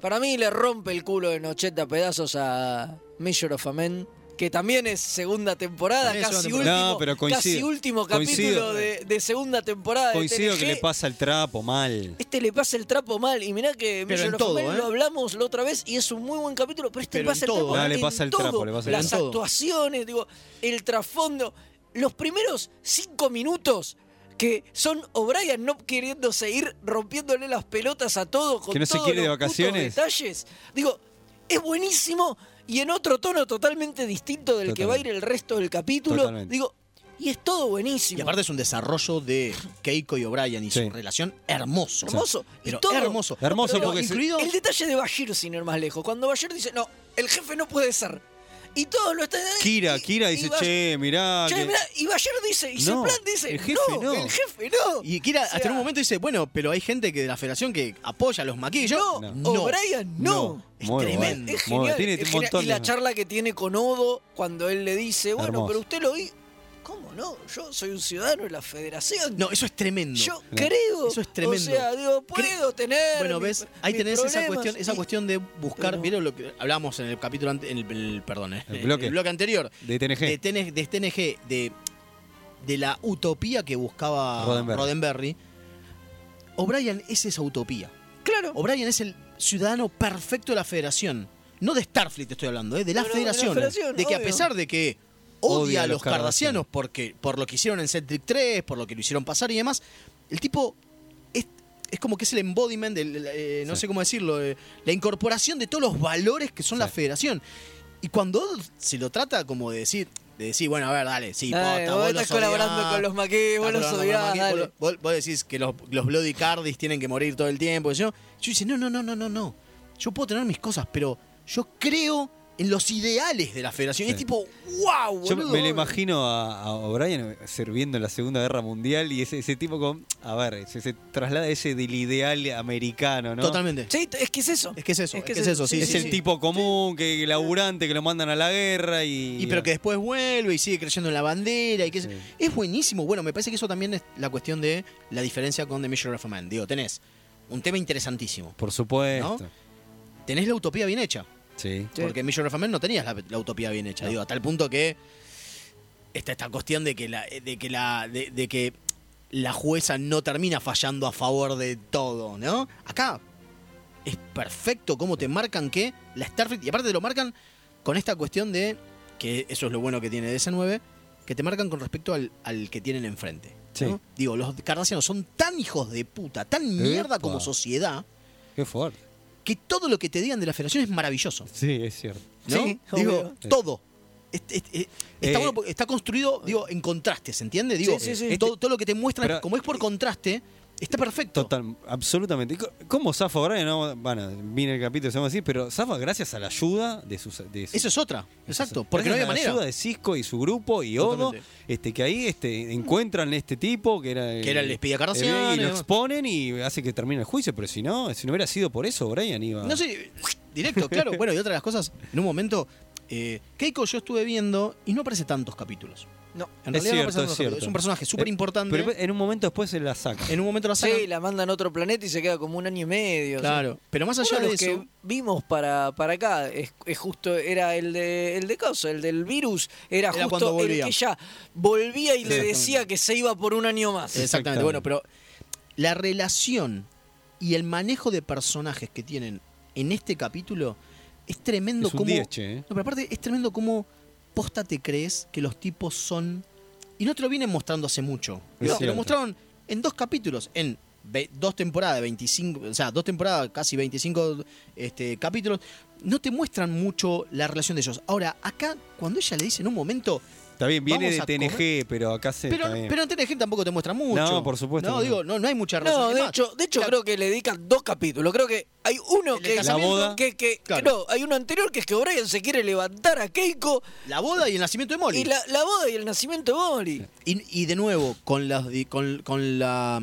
Para mí le rompe el culo en 80 pedazos a Measure of a Man, que también es segunda temporada, También es casi, segunda temporada. Último, No, pero coincido. casi último Coincido. capítulo de, de segunda temporada de Coincido TNG. que le pasa el trapo mal. Este le pasa el trapo mal. Y mirá que Pero Measure en of a todo, Man ¿eh? lo hablamos la otra vez y es un muy buen capítulo, pero este Pero le pasa en el todo, trapo ¿eh? mal. No, le pasa en el trapo, todo. le pasa el Las trapo. actuaciones, digo, el trasfondo. Los primeros cinco minutos que son O'Brien no queriéndose ir, rompiéndole las pelotas a todo con Que no se todos quiere de los putos vacaciones. detalles. Digo, es buenísimo y en otro tono totalmente distinto del que va a ir el resto del capítulo. Totalmente. Digo, y es todo buenísimo. Y aparte es un desarrollo de Keiko y O'Brien y su relación hermoso. Hermoso. Y Pero todo. hermoso. Pero incluido El detalle de Bashir, sin ir más lejos. Cuando Bashir dice, no, el jefe no puede ser. Y todos lo están... Kira, Kira y dice, Bash- che, mirá. Che, que- mirá, y Bashir dice, y No, Seplan dice, el jefe no. el jefe no. Y Kira O sea, hasta en un momento dice, bueno, pero hay gente que de la federación que apoya a los maquillos. Yo, No, no. O'Brien no. No. Es Muy tremendo. bueno. Es Muy bueno. genial, Tiene es un genial. montón Y la de- charla que tiene con Odo cuando él le dice, bueno, Hermoso. pero usted lo vi. ¿Cómo no? Yo soy un ciudadano de la federación. No, eso es tremendo. Yo No. creo. Eso es tremendo. O sea, digo, puedo tener. Bueno, mis- ves, ahí mis tenés esa problemas. cuestión, esa Y- cuestión de buscar, Pero- ¿vieron lo que hablábamos en el capítulo ante- en el, el- perdón, eh, El bloque. en el bloque anterior De TNG. de, TN de TNG de de la utopía que buscaba Roddenberry. Roddenberry. O'Brien es esa utopía. Claro. O'Brien es el ciudadano perfecto de la Federación. No de Starfleet estoy hablando, eh, de la No, no, de la Federación. Federación, de que a obvio. pesar de que odia, a los cardacianos porque por lo que hicieron en Celtic 3, por lo que lo hicieron pasar y demás, el tipo es, es como que es el embodiment, del- el, eh, no sé cómo decirlo, eh, la incorporación de todos los valores que son la Federación. Y cuando se lo trata como de decir, de decir, bueno, a ver, dale, sí, Dale, posta, vos vos estás los odiás, colaborando con los maquis, vos estás los colaborando con odiás, maquis, vos dale. Vos, vos decís que los, los Bloody Cardis tienen que morir todo el tiempo. y Yo, yo dice, no, no, no, no, no, no. Yo puedo tener mis cosas, pero yo creo en los ideales de la federación. Y Es tipo, wow, Yo boludo. me lo imagino a, a O'Brien sirviendo en la Segunda Guerra Mundial y ese, ese tipo con. A ver, se, se traslada ese del ideal americano, ¿no? Totalmente. Sí, es que es eso. Es que es eso, es que es eso, sí. es el tipo común, que laburante, que lo mandan a la guerra y. Y pero que después vuelve y sigue creyendo en la bandera. y que es, es buenísimo. Bueno, me parece que eso también es la cuestión de la diferencia con The Measure of a Man. Digo, tenés un tema interesantísimo. Por supuesto. ¿No? Tenés la utopía bien hecha. Sí. Porque en Mission of a Man no tenías la, la utopía bien hecha, digo, a tal punto que está esta cuestión de que la, de que la, de, de que la jueza no termina fallando a favor de todo, ¿no? Acá es perfecto cómo te marcan que la Starfleet, y aparte te lo marcan con esta cuestión de, que eso es lo bueno que tiene DC9, que te marcan con respecto al, al que tienen enfrente. Sí. ¿no? Digo, los cardassianos son tan hijos de puta, tan mierda Epa. como sociedad, Qué fuerte. que todo lo que te digan de la federación es maravilloso. Sí, es cierto. ¿no? Sí, Digo, obvio. todo. es- es- es- está, Eh, bueno porque está construido, digo, en contraste, ¿se entiende? Digo, Sí, sí, sí. eh, Todo, todo lo que te muestran, Pero- eh, como es por contraste, está perfecto. Total, absolutamente. ¿Y co- ¿Cómo Zafa ahora? No, bueno, viene el capítulo, se llama así, pero Zafa gracias a la ayuda de sus... de su- Eso es otra, exacto. Porque no gracias había a la manera. ayuda de Cisco y su grupo y Odo, Totalmente. este, que ahí este, encuentran este tipo que era... Que era el espía Cardassian eh, y Y lo demás. exponen y hace que termine el juicio, pero si no, si no hubiera sido por eso, Brian iba... No sé, directo, claro. Bueno, y otra de las cosas, en un momento, eh, Keiko yo estuve viendo y no aparece tantos capítulos. No, En realidad no aparece tantos capítulos. Es un personaje súper importante. Pero en un momento después se la saca. En un momento la sacan. Sí, la mandan a otro planeta y se queda como un año y medio. Claro, pero más allá Uno de los eso- que vimos para, para acá, es, es justo, era el de, el de Cosa, el del virus, era, Era cuando justo el volvía. que ya volvía y le Exactamente. decía que se iba por un año más. Exactamente. Bueno, pero la relación y el manejo de personajes que tienen en este capítulo es tremendo Es un como. 10, che, ¿eh? No, pero aparte es tremendo como posta te crees que los tipos son. Y no te lo vienen mostrando hace mucho. Es Digo, te lo cierto. mostraron en dos capítulos, en ve- dos temporadas, 25, o sea, dos temporadas, casi 25 este, capítulos. No te muestran mucho la relación de ellos. Ahora, acá, cuando ella le dice en un momento, Está bien, viene Vamos de a comer. TNG, pero acá se... pero, está bien. pero en TNG tampoco te muestra mucho. No, por supuesto No, que no. digo, no, no hay mucha relación. No, Es de más, hecho, de hecho creo que le dedican dos capítulos. Creo que hay uno que es La boda. que, que- Claro. no, hay uno anterior que es que O'Brien se quiere levantar a Keiko La boda y el nacimiento de Molly. y la, la boda y el nacimiento de Molly. Y, y de nuevo, con, las di- con, con la,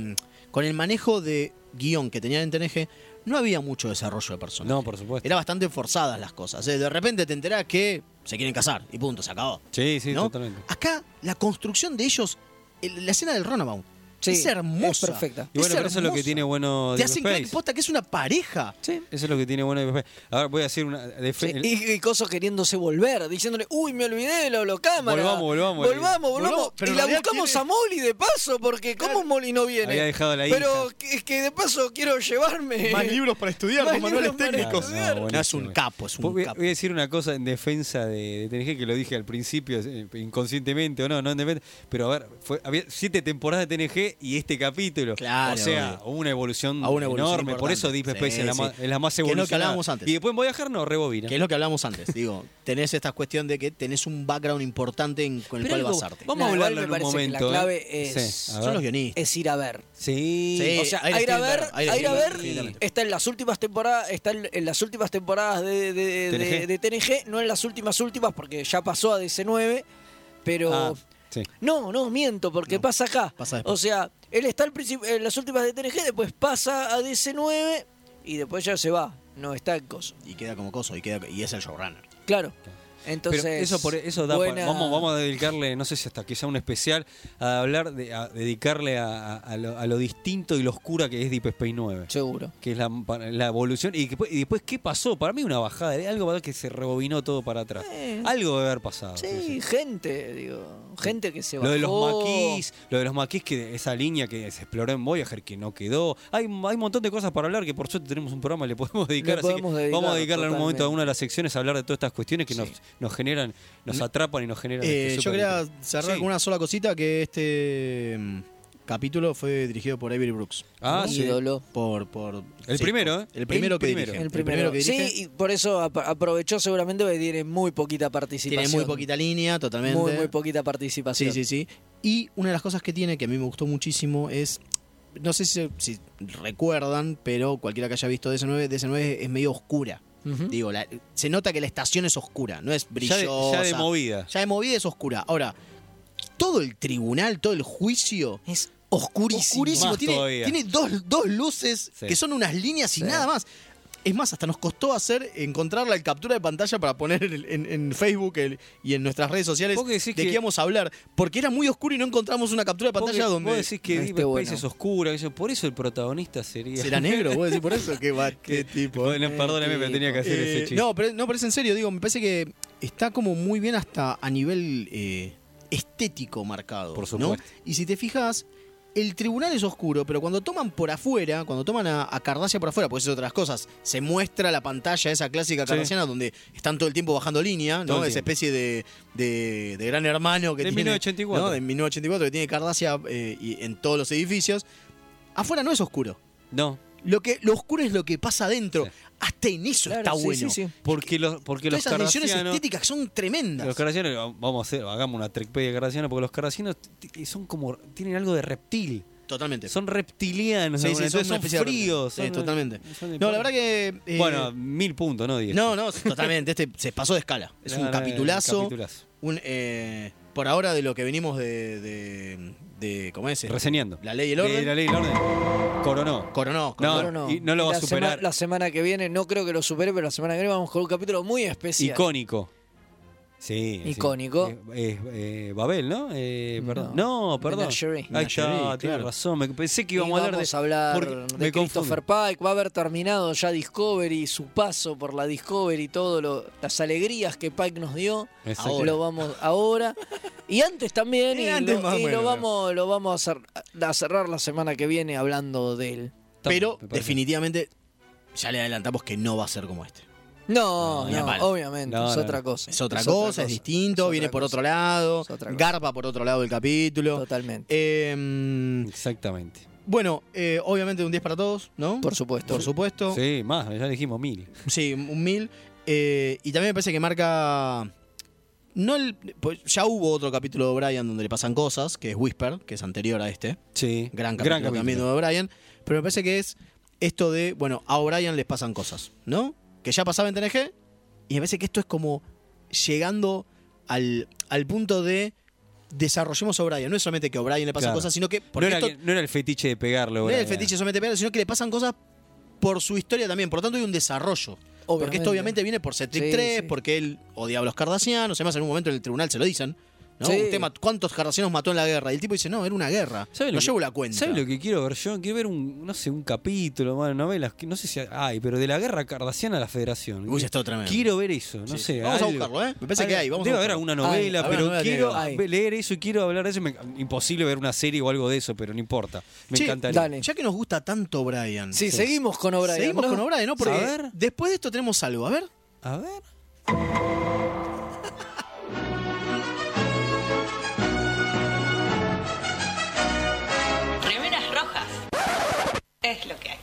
con el manejo de guión que tenían en TNG, no había mucho desarrollo de personajes. No, pues, por supuesto. Era bastante forzadas las cosas. eh. De repente te enterás que se quieren casar y punto, se acabó. Sí, sí, ¿no? totalmente. Acá, la construcción de ellos, el- la escena del Ronabout, Sí, es hermosa. es perfecta. Y bueno, Es pero eso es lo que hermosa. tiene bueno Te Deep hacen creer que Space. posta que es una pareja. Eso es lo que tiene bueno Deep Space. Ahora voy a decir una... de fe- Sí, y, y Coso queriéndose volver, diciéndole, uy, me olvidé de la holocámara. Volvamos, volvamos. Volvamos, volvamos. Volvamos, y pero en la realidad buscamos tiene- a Molly de paso, porque ¿cómo Molly no viene? Había dejado la Pero que, que de paso quiero llevarme. Más libros para Eh, estudiar, Más más manuales libros para técnicos. estudiar. No, eh, es un capo, es un Voy, capo. voy a decir una cosa en defensa de, de TNG que lo dije al principio, eh, inconscientemente o no, no en defensa, pero a ver, fue, había siete temporadas de TNG y este capítulo. Claro, o sea, obvio. hubo una evolución, A una evolución enorme, por importante. eso Deep Space Sí, es, la sí. más, es la más Que es lo que evolucionada. hablábamos antes. Y después en Voyager no rebobina. Que es lo que hablamos antes, digo, tenés esta cuestión de que tenés un background importante en- con el Pero cual algo- basarte. Vamos No, a igual hablarlo me en un parece que la momento. ¿eh? La clave clave es, es- Son los guionistas. ir a ver. Sí. Sí, o sea, Aire a ir a ver, Spielberg, Aire a ir a Spielberg, ver, definitivamente. está en las últimas temporadas, está en, en las últimas temporadas de, de- de- TNG. de TNG, no en las últimas últimas porque ya pasó a DC9, pero Ah, sí. no, no, miento, porque pasa acá. pasa después. o sea, él está al principio- en las últimas de TNG, después pasa a DC9 y después ya se va, no está en coso. Y queda como coso, y, queda, y es el showrunner. Claro. Pero Entonces, eso, por, e-, eso da buena- para, vamos, vamos a dedicarle, no sé si hasta quizá un especial, a hablar, de, a dedicarle a, a- a lo, a lo distinto y lo oscura que es Deep Space 9. Seguro. Que es la, para- la evolución. Y, que después- y después, ¿qué pasó? Para mí una bajada, ¿eh? algo para que se rebobinó todo para atrás. Eh. Algo debe haber pasado. Sí, gente, digo, gente que se va. Ah, Lo de los maquis, lo de los maquis, que esa línea que se exploró en Voyager que no quedó. Hay, hay un montón de cosas para hablar que por suerte tenemos un programa y le podemos dedicar. Le así que podemos dedicar, vamos a dedicarle en un momento a totalmente. una de las secciones a hablar de todas estas cuestiones que nos, nos generan, nos atrapan y nos generan. Eh, este, yo súper quería interés. cerrar Sí. con una sola cosita, que este mm, capítulo fue dirigido por Avery Brooks. Ah, ¿no? sí. Ídolo. Por, por, El sí, primero, por- ¿eh? El primero El que primero. dirige. El primero. que dirige. Sí, y por eso ap- aprovechó seguramente porque tiene muy poquita participación. tiene muy poquita línea, totalmente. Muy, muy poquita participación. Sí, sí, sí. Y una de las cosas que tiene, que a mí me gustó muchísimo, es. No sé si, si recuerdan, pero cualquiera que haya visto DC9, DC9 es medio oscura. Ujú. Digo, la- se nota que la estación es oscura, no es Ya de- brillosa. ya de movida. Ya de movida es oscura. Ahora, todo el tribunal, todo el juicio. Es oscurísimo. Más Tiene, todavía. tiene dos, dos luces Sí. que son unas líneas y nada más. Es más, hasta nos costó hacer encontrar la captura de pantalla para poner en, el- en- en Facebook el- y en nuestras redes sociales Vos que de decís qué que- íbamos a hablar. Porque era muy oscuro y no encontramos una captura de Vos pantalla que- donde. Vos decís que No Deep esté Space bueno. es oscura, que yo- por eso el protagonista sería. ¿Será negro? ¿Vos decís por eso? Qué, va- qué tipo. Bueno, perdóname, pero tenía que hacer Eh, ese chiste. no, pero, no, pero es en serio, digo, me parece que está como muy bien hasta a nivel eh, estético marcado. Por ¿no? supuesto. Y si te fijas, el tribunal es oscuro, pero cuando toman por afuera, cuando toman a, a Cardassia por afuera, pues es otras cosas, se muestra la pantalla esa clásica Sí. cardasiana donde están todo el tiempo bajando línea, Todo ¿no? el Esa tiempo. especie de, de- de gran hermano que De tiene. 1984. ¿no? De 1984 que tiene Cardassia eh, y en todos los edificios. Afuera no es oscuro. No. Lo, que, lo oscuro es lo que pasa adentro. Hasta en eso Claro, está sí, sí, bueno. sí. Porque los, porque los Todas esas decisiones cardassianos- estéticas son tremendas. Los cardassianos, vamos a hacer, hagamos una trekpedia cardassiana, porque los cardassianos t- son como, tienen algo de reptil. Totalmente. Son reptilianos, Sí, sí, ¿no? son entonces una son, especie de fríos. reptil. Sí, son- totalmente. son de No, la palo. verdad que. eh, bueno, mil puntos, ¿no? Diez. No, no, totalmente. Este se pasó de escala. Es No, un no, capitulazo. capitulazo. Un, eh, por ahora de lo que venimos de. de, de- ¿Cómo es? Reseñando. Eh, La ley y el De orden. la ley y el orden. Coronó. Coronó. No, Coronó. y no lo va a La superar. sema- la semana que viene, no creo que lo supere, pero la semana que viene vamos con un capítulo muy especial. Icónico. Sí. sí. Icónico. Eh, eh, eh, Babel, ¿no? Eh, perdón. No, perdón. Menagerie. Ahí está, Menagerie, tenés claro. razón. Me- pensé que Y íbamos a hablar vamos de. a hablar porque de me confundo. Christopher Pike. Va a haber terminado ya Discovery, su paso por la Discovery, todas las alegrías que Pike nos dio. Exacto. Ahora. Lo vamos ahora. Y antes también, Y y, antes lo, más o y lo menos, vamos, lo vamos a, cer- a cerrar la semana que viene hablando de él. Pero definitivamente ya le adelantamos que no va a ser como este. No, Ni a no, palo. obviamente, es otra cosa. Es otra cosa, es distinto, viene por otro lado, garpa por otro lado el capítulo. Em, Totalmente. Exactamente. bueno, eh, obviamente un 10 para todos, ¿no? Por supuesto. Eh, Por supuesto. Sí, Sí, más, ya dijimos mil. un 1000. Eh, y también me parece que marca... No el- pues ya hubo otro capítulo de Brian donde le pasan cosas, que es Whisper, que es anterior a este. Sí. Gran capítulo, Gran también de capítulo. O'Brien. Pero me parece que es esto de, bueno, a O'Brien les pasan cosas, ¿no? Que ya pasaba en TNG. Y me parece que esto es como llegando al, al punto de desarrollemos a O'Brien. No es solamente que a O'Brien le pasan Claro. cosas, sino que. No Porque era, esto que- no era el fetiche de pegarlo. no era el Brian. fetiche solamente pegar, sino que le pasan cosas por su historia también. Por lo tanto, hay un desarrollo. Porque Obviamente. esto obviamente viene por Cetric Sí, 3, sí. porque él odiaba a los cardasianos. Además, en un momento en el tribunal se lo dicen. ¿no? Sí. Un tema, ¿Cuántos cardasianos mató en la guerra? Y el tipo dice, no, era una guerra. ¿Sabe no que- llevo la cuenta. ¿Sabe lo que quiero ver yo? Quiero ver un, no sé, un capítulo, bueno, novelas, que no sé si hay, pero de la guerra cardasiana a la federación. Uy, está tremendo. Quiero ver eso, no Sí, sí. sé. Vamos a algo. buscarlo, ¿eh? Me parece que Algo. hay, vamos a Debe haber buscarlo. alguna Hay, novela, habrá pero novela que quiero hay. leer eso y quiero hablar de eso. Me- imposible ver una serie o algo de eso, pero no importa. Me Che, encantaría. Ya que nos gusta tanto O'Brien. Sí, seguimos con O'Brien, Seguimos ¿no? con O'Brien, ¿no? Porque A ver. después de esto tenemos algo. A ver. A ver. Remeras rojas. Es lo que hay.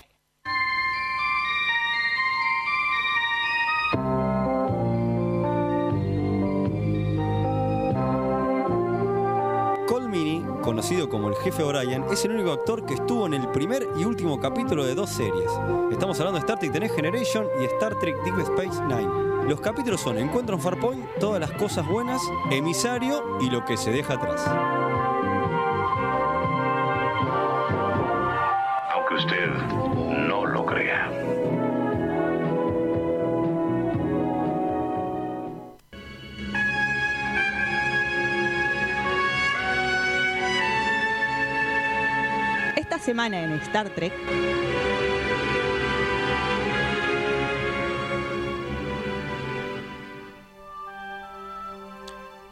Colmini, conocido como el jefe O'Brien, es el único actor que estuvo en el primer y último capítulo de dos series. Estamos hablando de Star Trek The Next Generation y Star Trek Deep Space Nine. Los capítulos son Encuentro en Farpoint, Todas las cosas buenas, Emisario y Lo que se deja atrás. aunque usted no lo crea. Esta semana en Star Trek,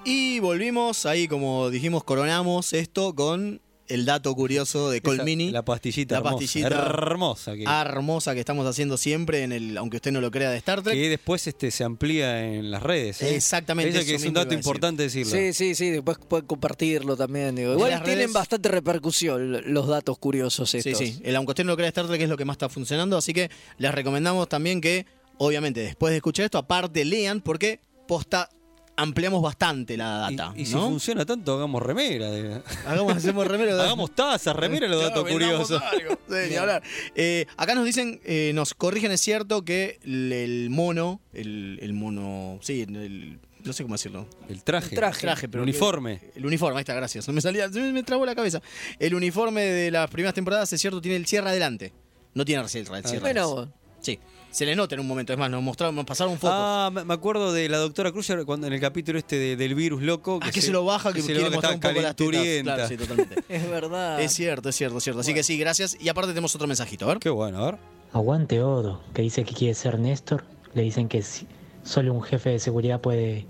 Y volvimos ahí, como dijimos, coronamos esto con el dato curioso de Colmini. La pastillita La hermosa, pastillita Ah, hermosa que, hermosa que estamos haciendo siempre en el, aunque usted no lo crea, de Star Trek. que después este, se amplía en las redes. ¿eh? Exactamente, Eso eso que es un mismo dato iba a decir. importante decirlo. Sí, sí, sí, después pueden compartirlo también. digo. En Igual las tienen redes. bastante repercusión los datos curiosos Sí, estos. sí. El aunque usted no lo crea Star Trek es lo que más está funcionando. Así que les recomendamos también que, obviamente, después de escuchar esto, aparte lean, porque posta ampliamos bastante la data. Y si ¿no? funciona tanto, hagamos remera. de- Hagamos, hacemos remero. Hagamos tazas, remera los datos curiosos. Sí, ni hablar. Eh, acá nos dicen, eh, nos corrigen, es cierto que el, el mono, el, el mono, sí, el- no sé cómo decirlo. El El traje. traje, pero el que- uniforme. el uniforme, ahí está, gracias. No me salía, se me trabó la cabeza. El uniforme de las primeras temporadas, es cierto, tiene el cierre adelante. No tiene el cierre. el cierre Bueno, atrás. vos. Sí, se le nota en un momento. Es más, nos mostraron, nos pasaron fotos. Ah, me me acuerdo de la doctora Cruz cuando en el capítulo este de- del virus loco. Ah, que se lo baja, que se quiere lo mostrar baja, un poco las tetas. calenturienta. Claro, sí, totalmente. Es verdad. Es cierto, es cierto, es cierto. Así que sí, gracias. Y aparte tenemos otro mensajito, a ver. Qué bueno, a ver. Aguante Odo, que dice que quiere ser Néstor. Le dicen que si- solo un jefe de seguridad puede,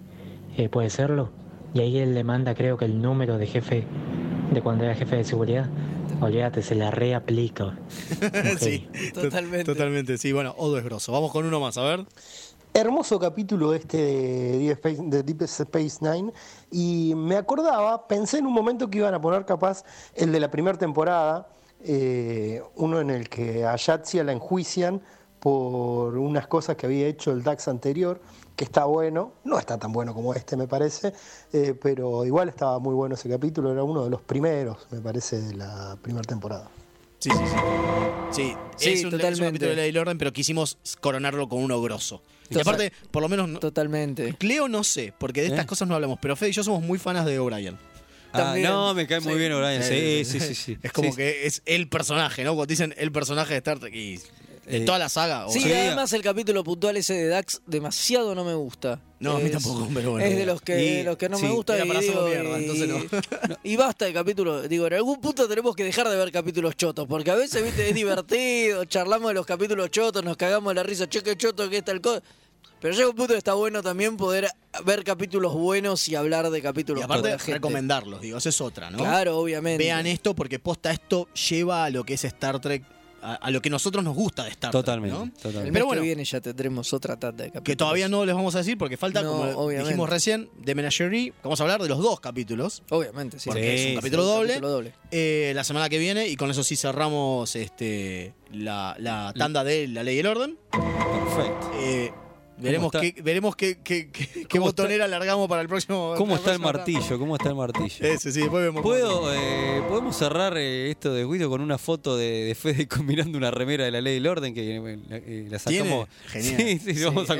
eh, puede serlo. Y ahí él le manda, creo que el número de jefe, de cuando era jefe de seguridad. Olvídate, se la reaplica. sí, totalmente. Totalmente, sí. Bueno, Odo es grosso. Vamos con uno más, a ver. Hermoso capítulo este de Deep Space, de Deep Space Nine. Y me acordaba, pensé en un momento que iban a poner capaz el de la primera temporada, eh, uno en el que a Yatsia la enjuician por unas cosas que había hecho el DAX anterior, que está bueno, no está tan bueno como este me parece, eh, pero igual estaba muy bueno ese capítulo, era uno de los primeros, me parece, de la primera temporada. Sí, sí, sí. Sí, Sí, es, un, es un totalmente. capítulo de la Ley y el Orden, pero quisimos coronarlo con uno grosso. Y Total- aparte, por lo menos. Totalmente. Leo no sé, porque de Eh. estas cosas no hablamos, pero Fede y yo somos muy fanas de O'Brien. Ah, También. no, me cae muy bien O'Brien, sí, sí, sí, sí. Es como Sí. que es el personaje, ¿no? Cuando dicen el personaje de Star Trek y. De Eh, toda la saga. o- Sí, además el capítulo puntual ese de Dax demasiado no me gusta. No, a mí Es- tampoco, pero bueno. Es de los que, Y- de los que no sí, me gusta. era y para hacerlo digo, mierda, entonces y- y basta de capítulo. Digo, en algún punto tenemos que dejar de ver capítulos chotos, porque a veces, viste, es divertido, charlamos de los capítulos chotos, nos cagamos de la risa, che, qué choto, qué tal cosa. Pero llega un punto que está bueno también poder ver capítulos buenos y hablar de capítulos Y aparte, con la gente. recomendarlos, digo, esa es otra, ¿no? Claro, obviamente. Vean esto porque posta esto lleva a lo que es Star Trek, a, a lo que nosotros nos gusta de Star Totalmente, Trek. ¿no? totalmente. El mes Pero que bueno, viene ya tendremos otra tanda de capítulos. que todavía no les vamos a decir porque falta, No, como obviamente. dijimos recién, de Menagerie. que Vamos a hablar de los dos capítulos. Obviamente, sí. Porque Sí, es sí, un capítulo un doble. capítulo doble. eh, la semana que viene y con eso sí cerramos este, la, la tanda de la ley y el orden. Perfecto. Eh, veremos está? qué, veremos qué, qué- qué- qué botonera largamos para el próximo. ¿Cómo la está el próxima martillo? ¿Cómo está el martillo? Ese, sí, después vemos. ¿Puedo, eh, ¿Podemos cerrar eh, esto de Guido con una foto de, de Fede combinando una remera de la ley del orden que eh, la, eh, la sacamos? ¿Tiene? Genial. Sí, sí, Sí, vamos a es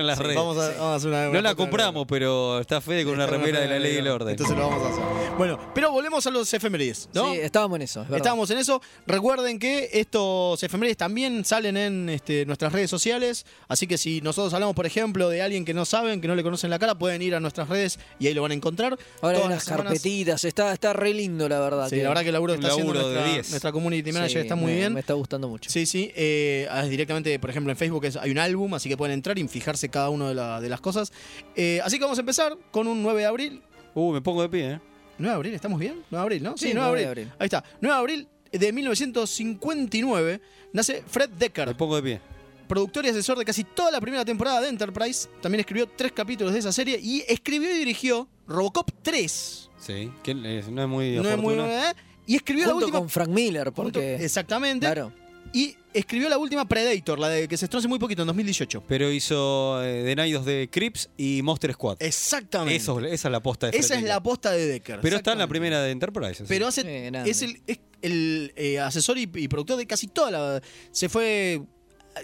verdad. en las Sí, redes. vamos a- vamos a hacer una- no una foto la de la compramos, pero está Fede con una remera de la ley del orden. Entonces lo vamos a hacer. Bueno, pero volvemos a los efemérides, ¿no? Sí, estábamos en eso. es verdad. Estábamos en eso. Recuerden que estos efemérides también salen en este, nuestras redes sociales. Así que si nosotros hablamos, por ejemplo, de alguien que no saben, que no le conocen la cara, pueden ir a nuestras redes y ahí lo van a encontrar. Ahora hay Todas unas las semanas- carpetitas, está, está re lindo la verdad. Sí, la verdad que el laburo que está haciendo nuestra, nuestra community manager Sí, está muy me- bien. Me está gustando mucho. Sí, sí. eh, ah, directamente, por ejemplo, en Facebook es- hay un álbum, así que pueden entrar y fijarse cada una de, la- de las cosas. Eh, así que vamos a empezar con un 9 de abril. Uh, me pongo de pie, ¿eh? 9 de abril, ¿estamos bien? 9 de abril, ¿no? Sí, 9 de abril. Ahí está. 9 de abril de 1959 nace Fred Decker. Me pongo de pie. Productor y asesor de casi toda la primera temporada de Enterprise. También escribió tres capítulos de esa serie y escribió y dirigió Robocop 3. Sí, que eh, no es muy No es muy oportuno. ¿eh? Y escribió la Junto última. con Frank Miller, porque... Junto- exactamente. Claro. Y escribió la última Predator, la de que se estrenó hace muy poquito, en 2018. Pero hizo eh, The Night of the Crips y Monster Squad. Exactamente. Eso- esa es la posta de Fred Esa es Decker. la aposta de Decker. Pero está en la exactamente. primera de Enterprise. así. Pero hace, Sí, grande. es el, es el, eh, asesor y, y productor de casi toda la. Se fue.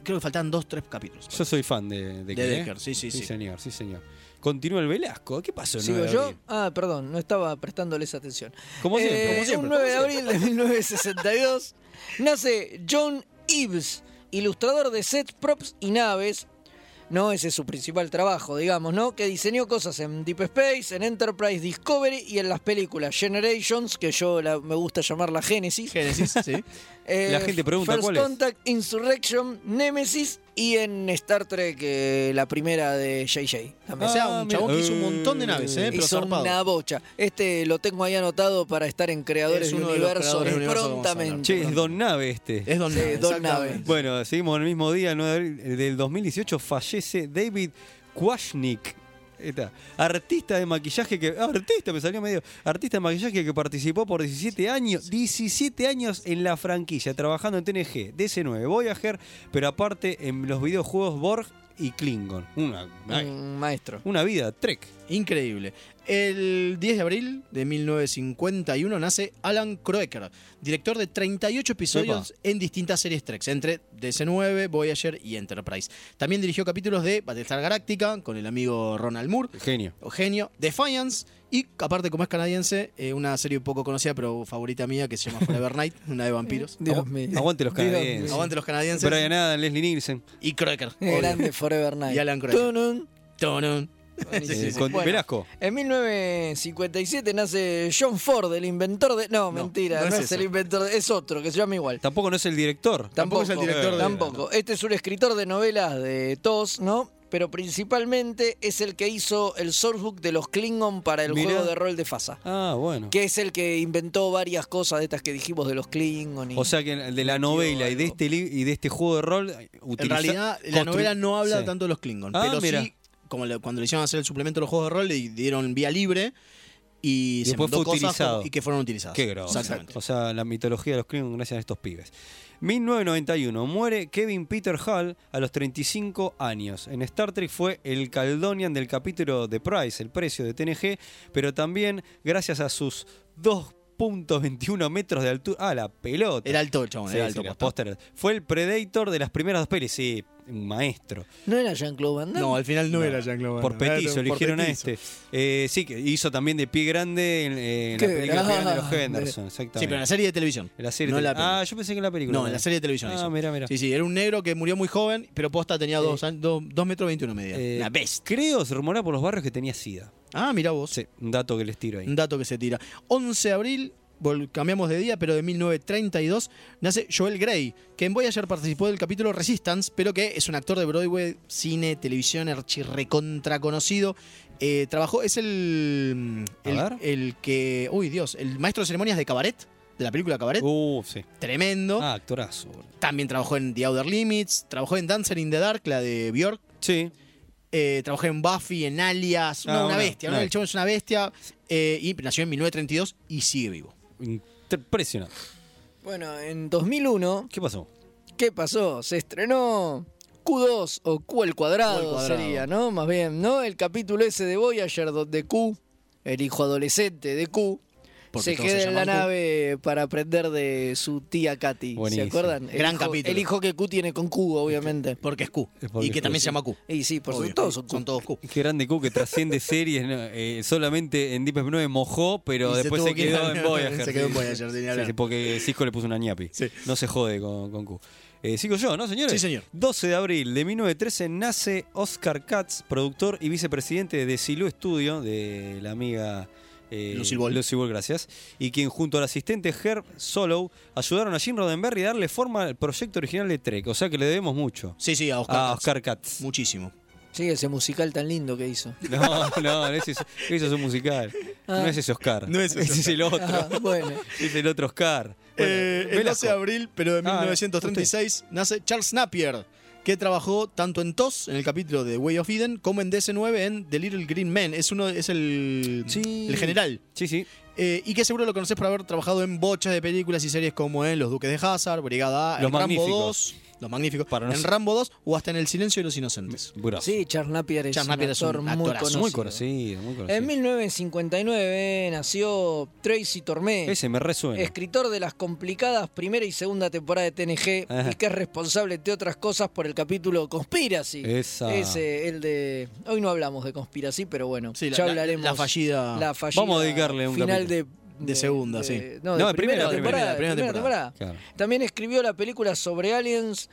Creo que faltaban dos, tres capítulos. Yo soy fan de, De ¿eh? Decker, sí, sí, sí. señor, sí, señor. Continúa el Velasco. ¿Qué pasó? el ¿Sigo 9 de yo? abril? Ah, perdón, no estaba prestándoles atención. Como siempre, Eh, como siempre, Un como 9 de abril de 1962 nace John Eves, ilustrador de sets, props y naves. No, ese es su principal trabajo, digamos, ¿no? Que diseñó cosas en Deep Space, en Enterprise Discovery y en las películas Generations, que yo la- me gusta llamarla Génesis. Génesis, sí. Eh, La gente pregunta, First ¿cuál es? Contact, Insurrection, Nemesis y en Star Trek eh, la primera de JJ. O También. sea, Ah, un chabón mira. que hizo un montón de naves, ¿eh? Pero Hizo zarpado. una bocha. Este lo tengo ahí anotado para estar en Creadores Es del uno de los Universo creadores del universo que vamos a hablar. prontamente. Che, es Don Nave este. Es Don Sí, Nave, Don exactamente. Nave. Bueno, seguimos en el mismo día, el 9 de abril eh, del 2018, fallece David Kwasnick. Ahí está. Artista de maquillaje que. ah, Artista, me salió medio. Artista de maquillaje que participó por 17 años. 17 años en la franquicia, trabajando en TNG, DC9, Voyager, pero aparte en los videojuegos Borg y Klingon. Una, Mm. Un maestro. una vida, Trek. Increíble. El 10 de abril de 1951 nace Alan Croeker, director de 38 episodios en distintas series Trek, entre DC9, Voyager y Enterprise. También dirigió capítulos de Battlestar Galactica con el amigo Ronald Moore, Genio. Eugenio, Defiance y, aparte, como es canadiense, eh, una serie poco conocida pero favorita mía que se llama Forever Night, una de vampiros. Dios mío. Aguante los Dios mío. canadienses. Aguante los canadienses. Brian Adam, Leslie Nielsen. Y Croeker. Eh, Grande Forever Night. Y Alan Croeker. Tunun. Tonun. Buenísimo. Eh, con Bueno, Velasco. En 1957 nace John Ford, el inventor de. No, mentira, no no, es es, el ese. inventor, de- es otro que se llama igual. Tampoco no es el director. Tampoco es el director de- Tampoco. Este es un escritor de novelas de TOS, ¿no? Pero principalmente es el que hizo el sourcebook de los Klingon para el Mirá. juego de rol de Fasa. Ah, bueno. Que es el que inventó varias cosas de estas que dijimos de los Klingon. y- O sea que de la novela y de este li- y de este juego de rol eh, En utiliza- realidad, la constru- novela no habla Sí. tanto de los Klingon, Ah, pero mira. sí, como le- cuando le hicieron hacer el suplemento de los juegos de rol, le dieron vía libre y, se después mandó fue cosas utilizado. como- y que fueron utilizadas. Qué grosso. Exactamente. O sea, la mitología de los Klingon gracias a estos pibes. 1991 muere Kevin Peter Hall a los 35 años. En Star Trek fue el Caldonian del capítulo de Price, el precio de TNG, pero también gracias a sus 2.21 metros de altura. Ah, la pelota. Era alto el chabón, Sí, era sí, alto, los posta. pósteres. Fue el Predator de las primeras dos pelis. Sí, un maestro. ¿No era Jean-Claude Van Damme? No, al final no, era Jean-Claude Van Por Damme, era petizo, por eligieron a petizo. este. Eh, sí, que hizo también de pie grande en, en la Qué película Pie Grande de los grande. Henderson. Sí, pero en la serie de televisión. En la serie no de en la tele- película. Ah, yo pensé que en la película. No, en la serie de televisión. Ah, hizo. mira, mira. Sí, sí, era un negro que murió muy joven, pero posta tenía dos, an- dos, dos metros 21 media. Eh, Una bestia. Creo, se rumoraba por los barrios que tenía SIDA. Ah, mira vos. Sí, un dato que les tiro ahí. Un dato que se tira. 11 de abril, vol- cambiamos de día, pero de 1932, nace Joel Grey, que en Voyager participó del capítulo Resistance, pero que es un actor de Broadway, cine, televisión, archirrecontra conocido. Eh, trabajó, es el, A el, ver. el que, uy Dios, el maestro de ceremonias de Cabaret, de la película Cabaret. Uh, sí. Tremendo. Ah, actorazo. boludo. También trabajó en The Outer Limits, trabajó en Dancer in the Dark, la de Bjork. Sí. trabajó en Buffy, en Alias, Ah, no, una- una bestia, ¿no? una el chabón es una bestia. eh, y nació en 1932 y sigue vivo. Impresionante. Bueno, en 2001, ¿Qué pasó? ¿qué pasó? Se estrenó Q2 o Q al cuadrado, Q al cuadrado. sería, ¿no? Más bien, ¿no? El capítulo ese de Voyager donde Q, el hijo adolescente de Q, Porque se todos queda se en la llaman Q. nave para aprender de su tía Katy. ¿Se Buenísimo. acuerdan? El Gran hijo- capítulo. El hijo que Q tiene con Q, obviamente. Porque es Q. Es porque y que es Q, también sí. se llama Q. Y sí, por Obvio. supuesto, todos son Q. Son todos Q. Qué grande Q que trasciende series. ¿no? Eh, solamente en Deep Space Nine mojó, pero Y se después tuvo se que ir quedó a- en Voyager. se quedó en Sí, Voyager, sin sí, hablar. sí, porque Cisco le puso una ñapi. No se jode con, con Q. Eh, sigo yo, ¿no, señores? Sí, señor. 12 de abril de 1913 nace Oscar Katz, productor y vicepresidente de Silú Studio, de la amiga eh, Lucille Ball. gracias, y quien junto al asistente Herb Solow ayudaron a Jim Roddenberry a darle forma al proyecto original de Trek. O sea que le debemos mucho. Sí, sí, a Oscar. A Katz. Ah, Oscar Katz. Muchísimo. Sí, ese musical tan lindo que hizo. No, no, ese es, ese es un musical. No es ese Oscar. No es ese ese es el otro. Ah, bueno. Es el otro Oscar. Bueno, Eh, el 12 Velasco. de abril, pero de Ah, 1936, nace Charles Napier, que trabajó tanto en TOS, en el capítulo de Way of Eden, como en DC9 en The Little Green Man. Es uno, es el, Sí. el general. Sí, sí. Eh, y que seguro lo conoces por haber trabajado en bochas de películas y series como en Los Duques de Hazard, Brigada A, Los en Rambo Magníficos. 2, Los Magníficos, Para no en ser- Rambo 2 o hasta en El Silencio de los Inocentes. Brazo. Sí, Charles Napier es, Charles un, Napier es un actor muy actorazo, conocido. Muy conocido, muy conocido. En 1959 nació Tracy Tormé, Ese me resuena. escritor de las complicadas primera y segunda temporada de TNG Ajá. y que es responsable, entre otras cosas, por el capítulo Conspiracy. Esa. Ese, el de... Hoy no hablamos de Conspiracy, pero bueno, Sí, la- ya la- hablaremos. la fallida- la fallida Vamos a dedicarle un final de, capítulo. De segunda, sí. No, No, de de primera, primera, temporada. de de primera, primera primera temporada. Claro. También escribió la película sobre aliens,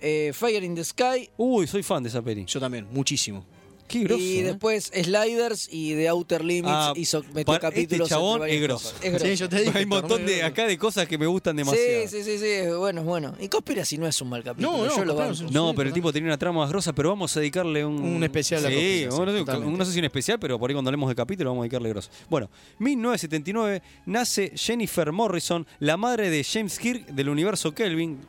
eh, Fire in the Sky, Uy, soy fan de esa peli. Yo también, muchísimo. Qué grosso. Y ¿eh? después Sliders y The Outer Limits Ah, hizo metió para- capítulos. este chabón entre es varias grosso. cosas. Es grosso. Sí, yo te dije, Hay un montón Torneo. de acá de cosas que me gustan demasiado. Sí, sí, sí, sí, es bueno, es bueno. Y Conspiracy no es un mal capítulo. No, no, yo lo claro, banco. es un- No, Sí, pero el tipo tenía una trama más grosa, pero vamos a dedicarle un... Un especial a sí, Coppola, sí, bueno, no sé, totalmente. no sé si un especial, pero por ahí cuando hablemos de capítulo vamos a dedicarle grosso. Bueno, 1979 nace Jennifer Morrison, la madre de James Kirk del universo Kelvin.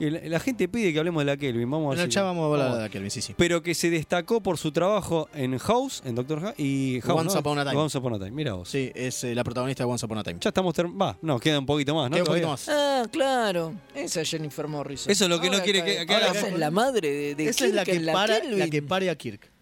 Y La, la gente pide que hablemos de la Kelvin, vamos a Bueno, decir- ya vamos a hablar vamos de Kelvin, sí, sí. pero que se destacó por su trabajo en House, en Doctor House y House Once Upon a Time. Once Upon a Time. Mira vos. Sí, es eh, la protagonista de Once Upon a Time. Ya estamos term- va, no, queda un poquito más, ¿no? Queda un poquito Todavía. más. Ah, claro. Esa es Jennifer Morrison. Eso es lo que no quiere que- que ahora haga- Esa es la madre de, de Esa es la Kirk que, en la para, Kelvin. la que pare a Kirk.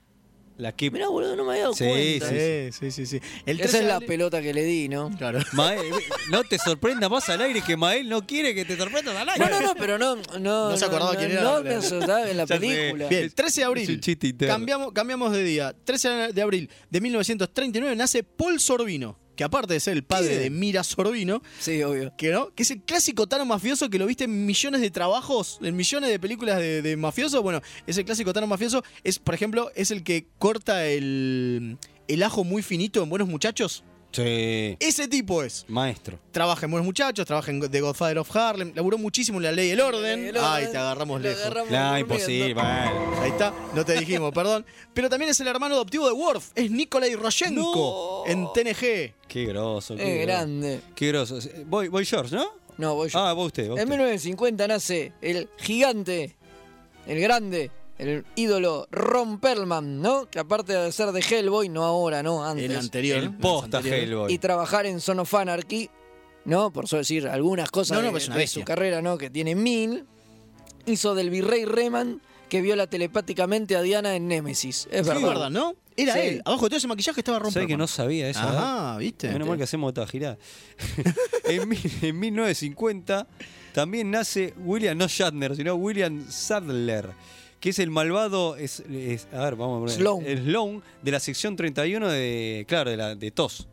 La que Mirá, boludo, no me había dado Sí, cuenta. eh. Sí, sí, sí, sí. sí. El 13 Esa es de la abril- pelota que le di, ¿no? Claro. Mael, no te sorprenda más al aire que Mael no quiere que te sorprendas al aire. No, no, no, pero no. No, No se acordaba no, quién no, era. No me asustaba en la Ya sé. película. Bien, el 13 de Es un abril. chiste interno. Cambiamos, cambiamos de día. 13 de abril de 1939 nace Paul Sorbino, que aparte de ser el padre de Mira Sorbino, Sí, obvio. que no, que es el clásico Tano mafioso que lo viste en millones de trabajos, en millones de películas de, de mafiosos. Bueno, es el clásico Tano mafioso. Es, por ejemplo, es el que corta el, el ajo muy finito en Buenos Muchachos. Sí, Ese tipo es. maestro. Trabaja en Buenos Muchachos, trabaja en The Godfather of Harlem, laburó muchísimo en La Ley y el Orden. El orden, Ay, te agarramos lo lejos. agarramos No, durmiendo. imposible. Mael. Ahí está, no te dijimos, perdón. Pero también es el hermano adoptivo de Worf, es Nikolai Roshenko en TNG. Qué groso. Qué Es groso. grande. Qué groso. Voy, voy George, ¿no? No, voy yo. Ah, vos usted. vos En usted. 1950 nace el gigante, el grande, el ídolo Ron Perlman, ¿no? Que aparte de ser de Hellboy, no ahora, no, antes. El anterior. El posta anterior. Hellboy. Y trabajar en Son of Anarchy, ¿no? Por eso decir algunas cosas No, no, de- pues es una de bestia. su carrera, ¿no? Que tiene mil. Hizo del virrey Reman que viola telepáticamente a Diana en Némesis. Es Sí, verdad. verdad, ¿no? Era Sí. él. Abajo de todo ese maquillaje estaba Ron ¿Sabes que Perlman. no sabía eso? Ajá, ¿viste? Menos mal que hacemos esta girada. en, mil- en 1950 también nace William, no Shatner, sino William Sadler, que es el malvado. Es, es- a ver, vamos a poner. Sloan. el Sloan de la sección 31 de. Claro, de, la, de TOS.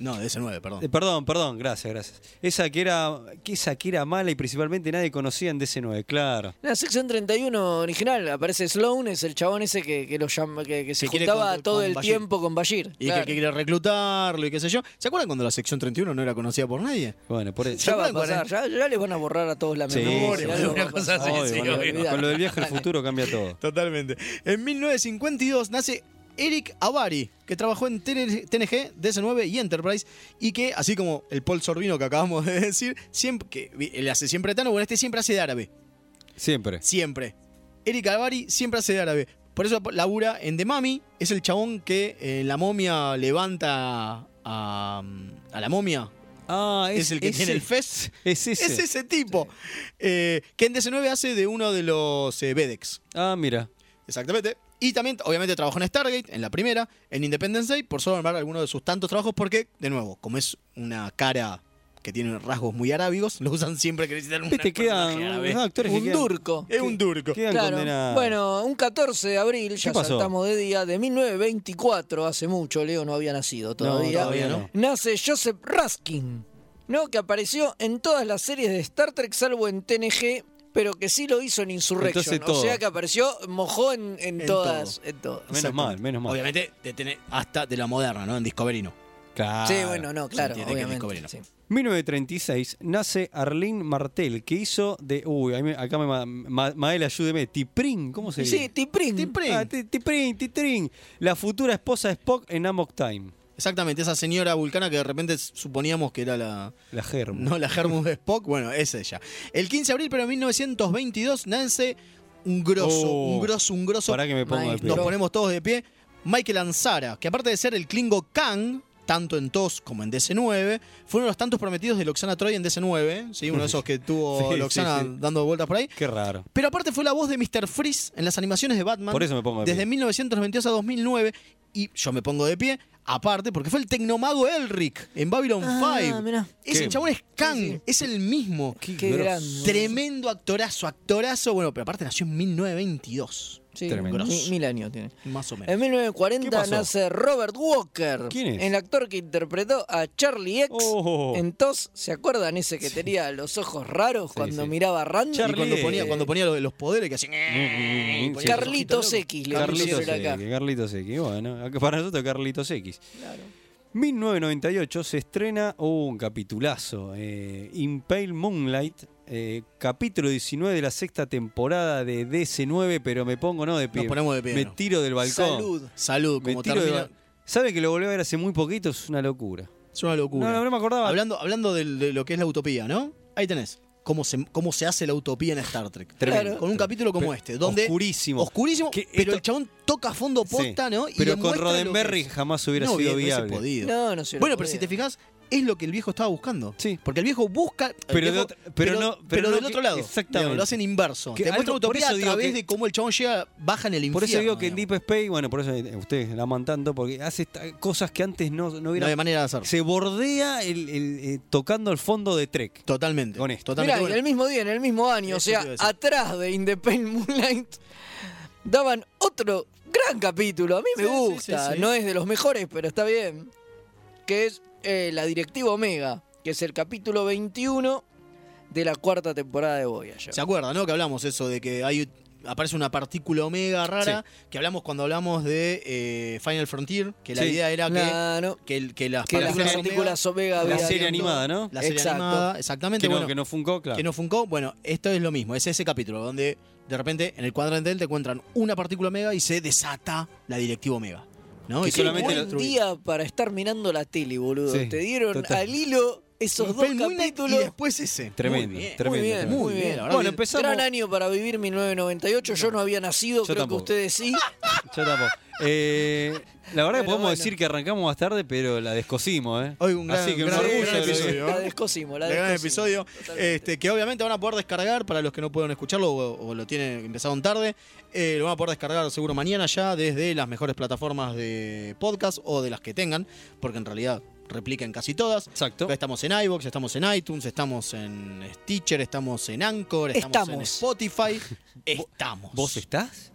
No, de ese 9, perdón. Eh, Perdón, perdón, gracias, gracias. Esa que era, que esa que era mala y principalmente nadie conocía en DC9, claro. En la sección 31 original aparece Sloan, es el chabón ese que, que lo llama, que, que se Que quiere juntaba con- todo con el Bashir. tiempo con Bashir. Y claro. que, que quiere reclutarlo y qué sé yo. ¿Se acuerdan cuando la sección 31 no era conocida por nadie? Bueno, por Ya va a pasar, ya, ya les van a borrar a todos la Sí, memoria. sí, algo una va a cosa pasar. así, sí, Obvio, obvio. olvidate. Ah, Con lo del viaje al futuro cambia todo. Totalmente. En 1952 nace Eric Avari, que trabajó en TN- TNG, DC9 y Enterprise, y que, así como el Paul Sorbino que acabamos de decir, siempre, que él hace siempre etano, bueno, este siempre hace de árabe. Siempre. Siempre. Eric Alvari siempre hace de árabe. Por eso labura en The Mummy. Es el chabón que eh, la momia levanta a, mm, a la momia. Ah, es, el que ese- tiene el fest. Es ese. Es ese tipo. Eh, que en DC9 hace de uno de los eh, Vedex. Ah, mira. Exactamente. Y también, obviamente, trabajó en Stargate, en la primera, en Independence Day, por solo nombrar alguno de sus tantos trabajos, porque, de nuevo, como es una cara que tiene rasgos muy arábigos, lo usan siempre que necesitan un Viste, quedan personaje árabe. unos actores que Un quedan- turco. Es un turco. Quedan Claro. condenados. Bueno, un 14 de abril, ya pasó? saltamos de día, de 1924, hace mucho, Leo no había nacido todavía. todavía no. Nace Joseph Raskin, ¿no? Que apareció en todas las series de Star Trek, salvo en TNG, pero que sí lo hizo en Insurrection. Entonces, O todo. sea que apareció, mojó en, en En todas. todo. En todas. Menos mal, menos mal. Obviamente, de tener- hasta de la moderna, ¿no? En Discovery no. Claro. Sí, bueno, no, claro, entiende que es obviamente. Discovery, ¿no? sí. 1936 nace Arlene Martel, que hizo de. Uy, ahí me- acá me. ma- ma- Mael, ayúdeme. Tiprín, ¿cómo se Y dice? sí, Tiprín. Tiprín. Ah, ti- Tiprín, Tiprín. La futura esposa de Spock en Amok Time. Exactamente, esa señora vulcana que de repente suponíamos que era la. La Germo. No, la Hermus de Spock, bueno, es ella. El 15 de abril, pero en 1922, nace un grosso, Oh. un grosso, un grosso. Para que me ponga de pie. Nos ponemos todos de pie. Michael Ansara, que aparte de ser el Klingo Kang, tanto en TOS como en DC9, fue uno de los tantos prometidos de Loxana Troy en DC9, ¿sí? uno de esos que tuvo Sí, sí, Loxana sí. dando vueltas por ahí. Qué raro. Pero aparte fue la voz de Mr. Freeze en las animaciones de Batman. Por eso me pongo de Desde pie. 1992 a 2009. Y yo me pongo de pie, aparte, porque fue el tecnomago Elric en Babylon Ah, 5. mirá. Ese Qué- chabón es Kang, es el mismo. Qué grosso. grande. Tremendo actorazo, actorazo. Bueno, pero aparte nació en 1922. Sí, Tremendo. mi- mil años tiene. Más o menos. En 1940 pasó? nace Robert Walker. ¿Quién es? El actor que interpretó a Charlie X Oh. en TOS. ¿Se acuerdan ese que tenía los ojos raros cuando sí. miraba a Randy? y cuando Charlie- ponía, cuando ponía los, los poderes que hacían. "Eh, Mm, ponía los Eh, Carlitos ojitos locos. X, le Carlitos pusieron X, acá. Carlitos X. Bueno, acá para nosotros Carlitos X. 1998 se estrena oh, un capitulazo, eh, Impale Moonlight, eh, capítulo 19 de la sexta temporada de DC9, pero me pongo no de pie. Nos ponemos de pie, Me ¿no? tiro del balcón. Salud. Salud, Me como tiro del termina. ba- ¿Sabe que lo volví a ver hace muy poquito? Es una locura. Es una locura. No, no, no me acordaba. Hablando, hablando del- de, lo que es la utopía, ¿no? Ahí tenés. Cómo se, cómo se hace la utopía en Star Trek. Tremendo. Con un capítulo como Pero- este, donde. oscurísimo. Oscurísimo, Que pero esto- el chabón toca a fondo posta, Sí, ¿no? Y Pero con demuestra lo que Roddenberry es. jamás hubiera No, sido hubiese viable. podido. No, no se hubiera Bueno, pero podido. si te fijas, es lo que el viejo estaba buscando. Sí. Porque el viejo busca. el Pero de viejo- otra- pero no- pero no del que- otro lado. exactamente. Digamos, Lo hacen inverso. Que te muestra algo- por utopía eso a digo través que- de cómo el chabón llega, baja en el infierno. Por eso digo que en digamos. Deep Space, bueno, por eso eh, ustedes la aman tanto, porque hace esta- cosas que antes no, no No hubiera había manera de hacerlo. se bordea el, el, eh, tocando el fondo de Trek. Totalmente. Con esto. Totalmente. Mirá, bueno. en el mismo día, en el mismo año, o Eso sea, te iba a decir. atrás de Independent Moonlight, daban otro gran capítulo. A mí me Sí, sí, gusta, sí, sí. no es de los mejores, pero está bien. Que es eh, la Directiva Omega, que es el capítulo 21 de la cuarta temporada de Voyager. ¿Se acuerda, no? Que hablamos eso de que hay aparece una partícula omega rara que hablamos cuando hablamos de eh, Final Frontier, que la Sí. idea era que, Claro. que, el- que las que las partículas partículas Omega La habían- serie animada, ¿no? omega- la serie Exacto. animada, exactamente, Que no, bueno, que no funcó, claro. que no funcó, bueno, esto es lo mismo, es ese capítulo donde de repente en el cuadrante te encuentran una partícula omega y se desata la directiva omega, ¿no? Que Y se Qué solamente puede la- buen destruir. día para estar mirando la tele, boludo. Sí, Te dieron total. al hilo Esos dos Film Moonlight capítulos. y después ese. Tremendo, Muy bien. tremendo, Muy bien, tremendo. muy bien. Ahora bueno, bien. empezamos. Gran año para vivir 1998. Yo no había nacido, Yo creo tampoco. que ustedes sí. Yo tampoco. Eh, la verdad que podemos decir que arrancamos más tarde, pero la descosimos, ¿eh? Hoy un gran, Así que un gran- orgullo. gran de lo que- episodio. La descosimos, la De gran descosimos. episodio. Este, que obviamente van a poder descargar para los que no puedan escucharlo o, o lo tienen empezaron tarde. eh, lo van a poder descargar seguro mañana ya desde las mejores plataformas de podcast o de las que tengan, porque en realidad replican casi todas. Exacto. Estamos en iBox, estamos en iTunes, estamos en Stitcher, estamos en Anchor, estamos, en Estamos. Spotify. estamos. ¿Vos estás?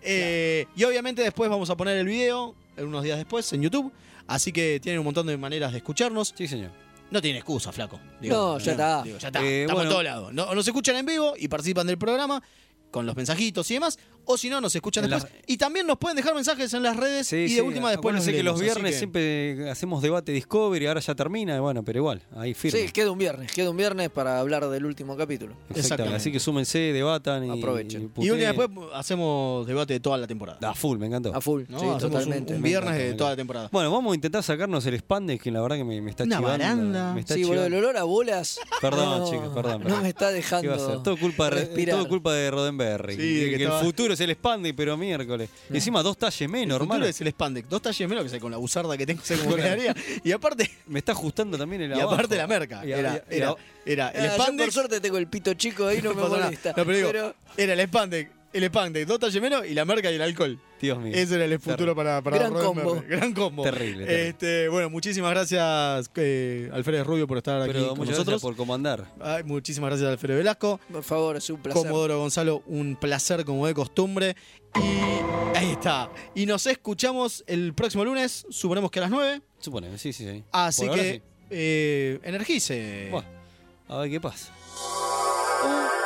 Eh, y obviamente después vamos a poner el video, eh, unos días después, en YouTube. Así que tienen un montón de maneras de escucharnos. Sí, señor. No tiene excusa, flaco. No, ya está. digo, ya está. Eh, Estamos bueno. en todos lados. No- o nos escuchan en vivo y participan del programa con los mensajitos y demás. O si no, nos escuchan En después. Y también nos pueden dejar mensajes en las redes Sí, y de sí, última después acuérdense que leemos, los así viernes que- siempre hacemos debate Discovery, ahora ya termina, bueno, pero igual, ahí firme. Sí, queda un viernes. Queda un viernes para hablar del último capítulo. Exactamente. Así que súmense, debatan y Aprovechen. Y, Y un día puteen. después hacemos debate de toda la temporada. A full, me encantó. A full. ¿no? sí, Hacemos un- totalmente. un Me viernes encanta, de me toda la encanta. temporada. Bueno, vamos a intentar sacarnos el spandex, que la verdad que me, me está Una chivando. baranda. Me está Sí, boludo, el chivando. olor a bolas. Perdón, No, chicos, perdón. No perdón. me está ¿Qué va a ser? dejando. Todo culpa, de, respirar. todo culpa de Rodenberry. Sí, de que que el estaba- futuro es el Spandex, pero miércoles. Y encima dos talles menos, El futuro hermano. es el spandex. Dos talles menos que sea con la buzarda que tengo, sé cómo Bueno. quedaría. Y aparte, Me está ajustando también el y abajo. aparte la merca. Y a- Era, y a- y a- era, era el Ah, yo por spandex. suerte tengo el pito chico ahí, no me perdona, molesta. no, pero digo, Pero- era el spandex, el spandex, dos talles menos y la merca y el alcohol. Dios mío. Ese era el futuro para, para Gran Rodenberry. combo. Gran combo. Terrible, terrible. Este, bueno, muchísimas gracias, eh, Alfredo Rubio, por estar aquí Pero con muchas gracias nosotros. por comandar. Ay, muchísimas gracias, Alfredo Velasco. Por favor, es un placer. Comodoro Gonzalo, un placer como de costumbre. Y ahí está. Y nos escuchamos el próximo lunes, suponemos que a las 9. Suponemos, sí, sí, sí. Así Por ahora que sí. eh, energice. Bueno, a ver qué pasa. Un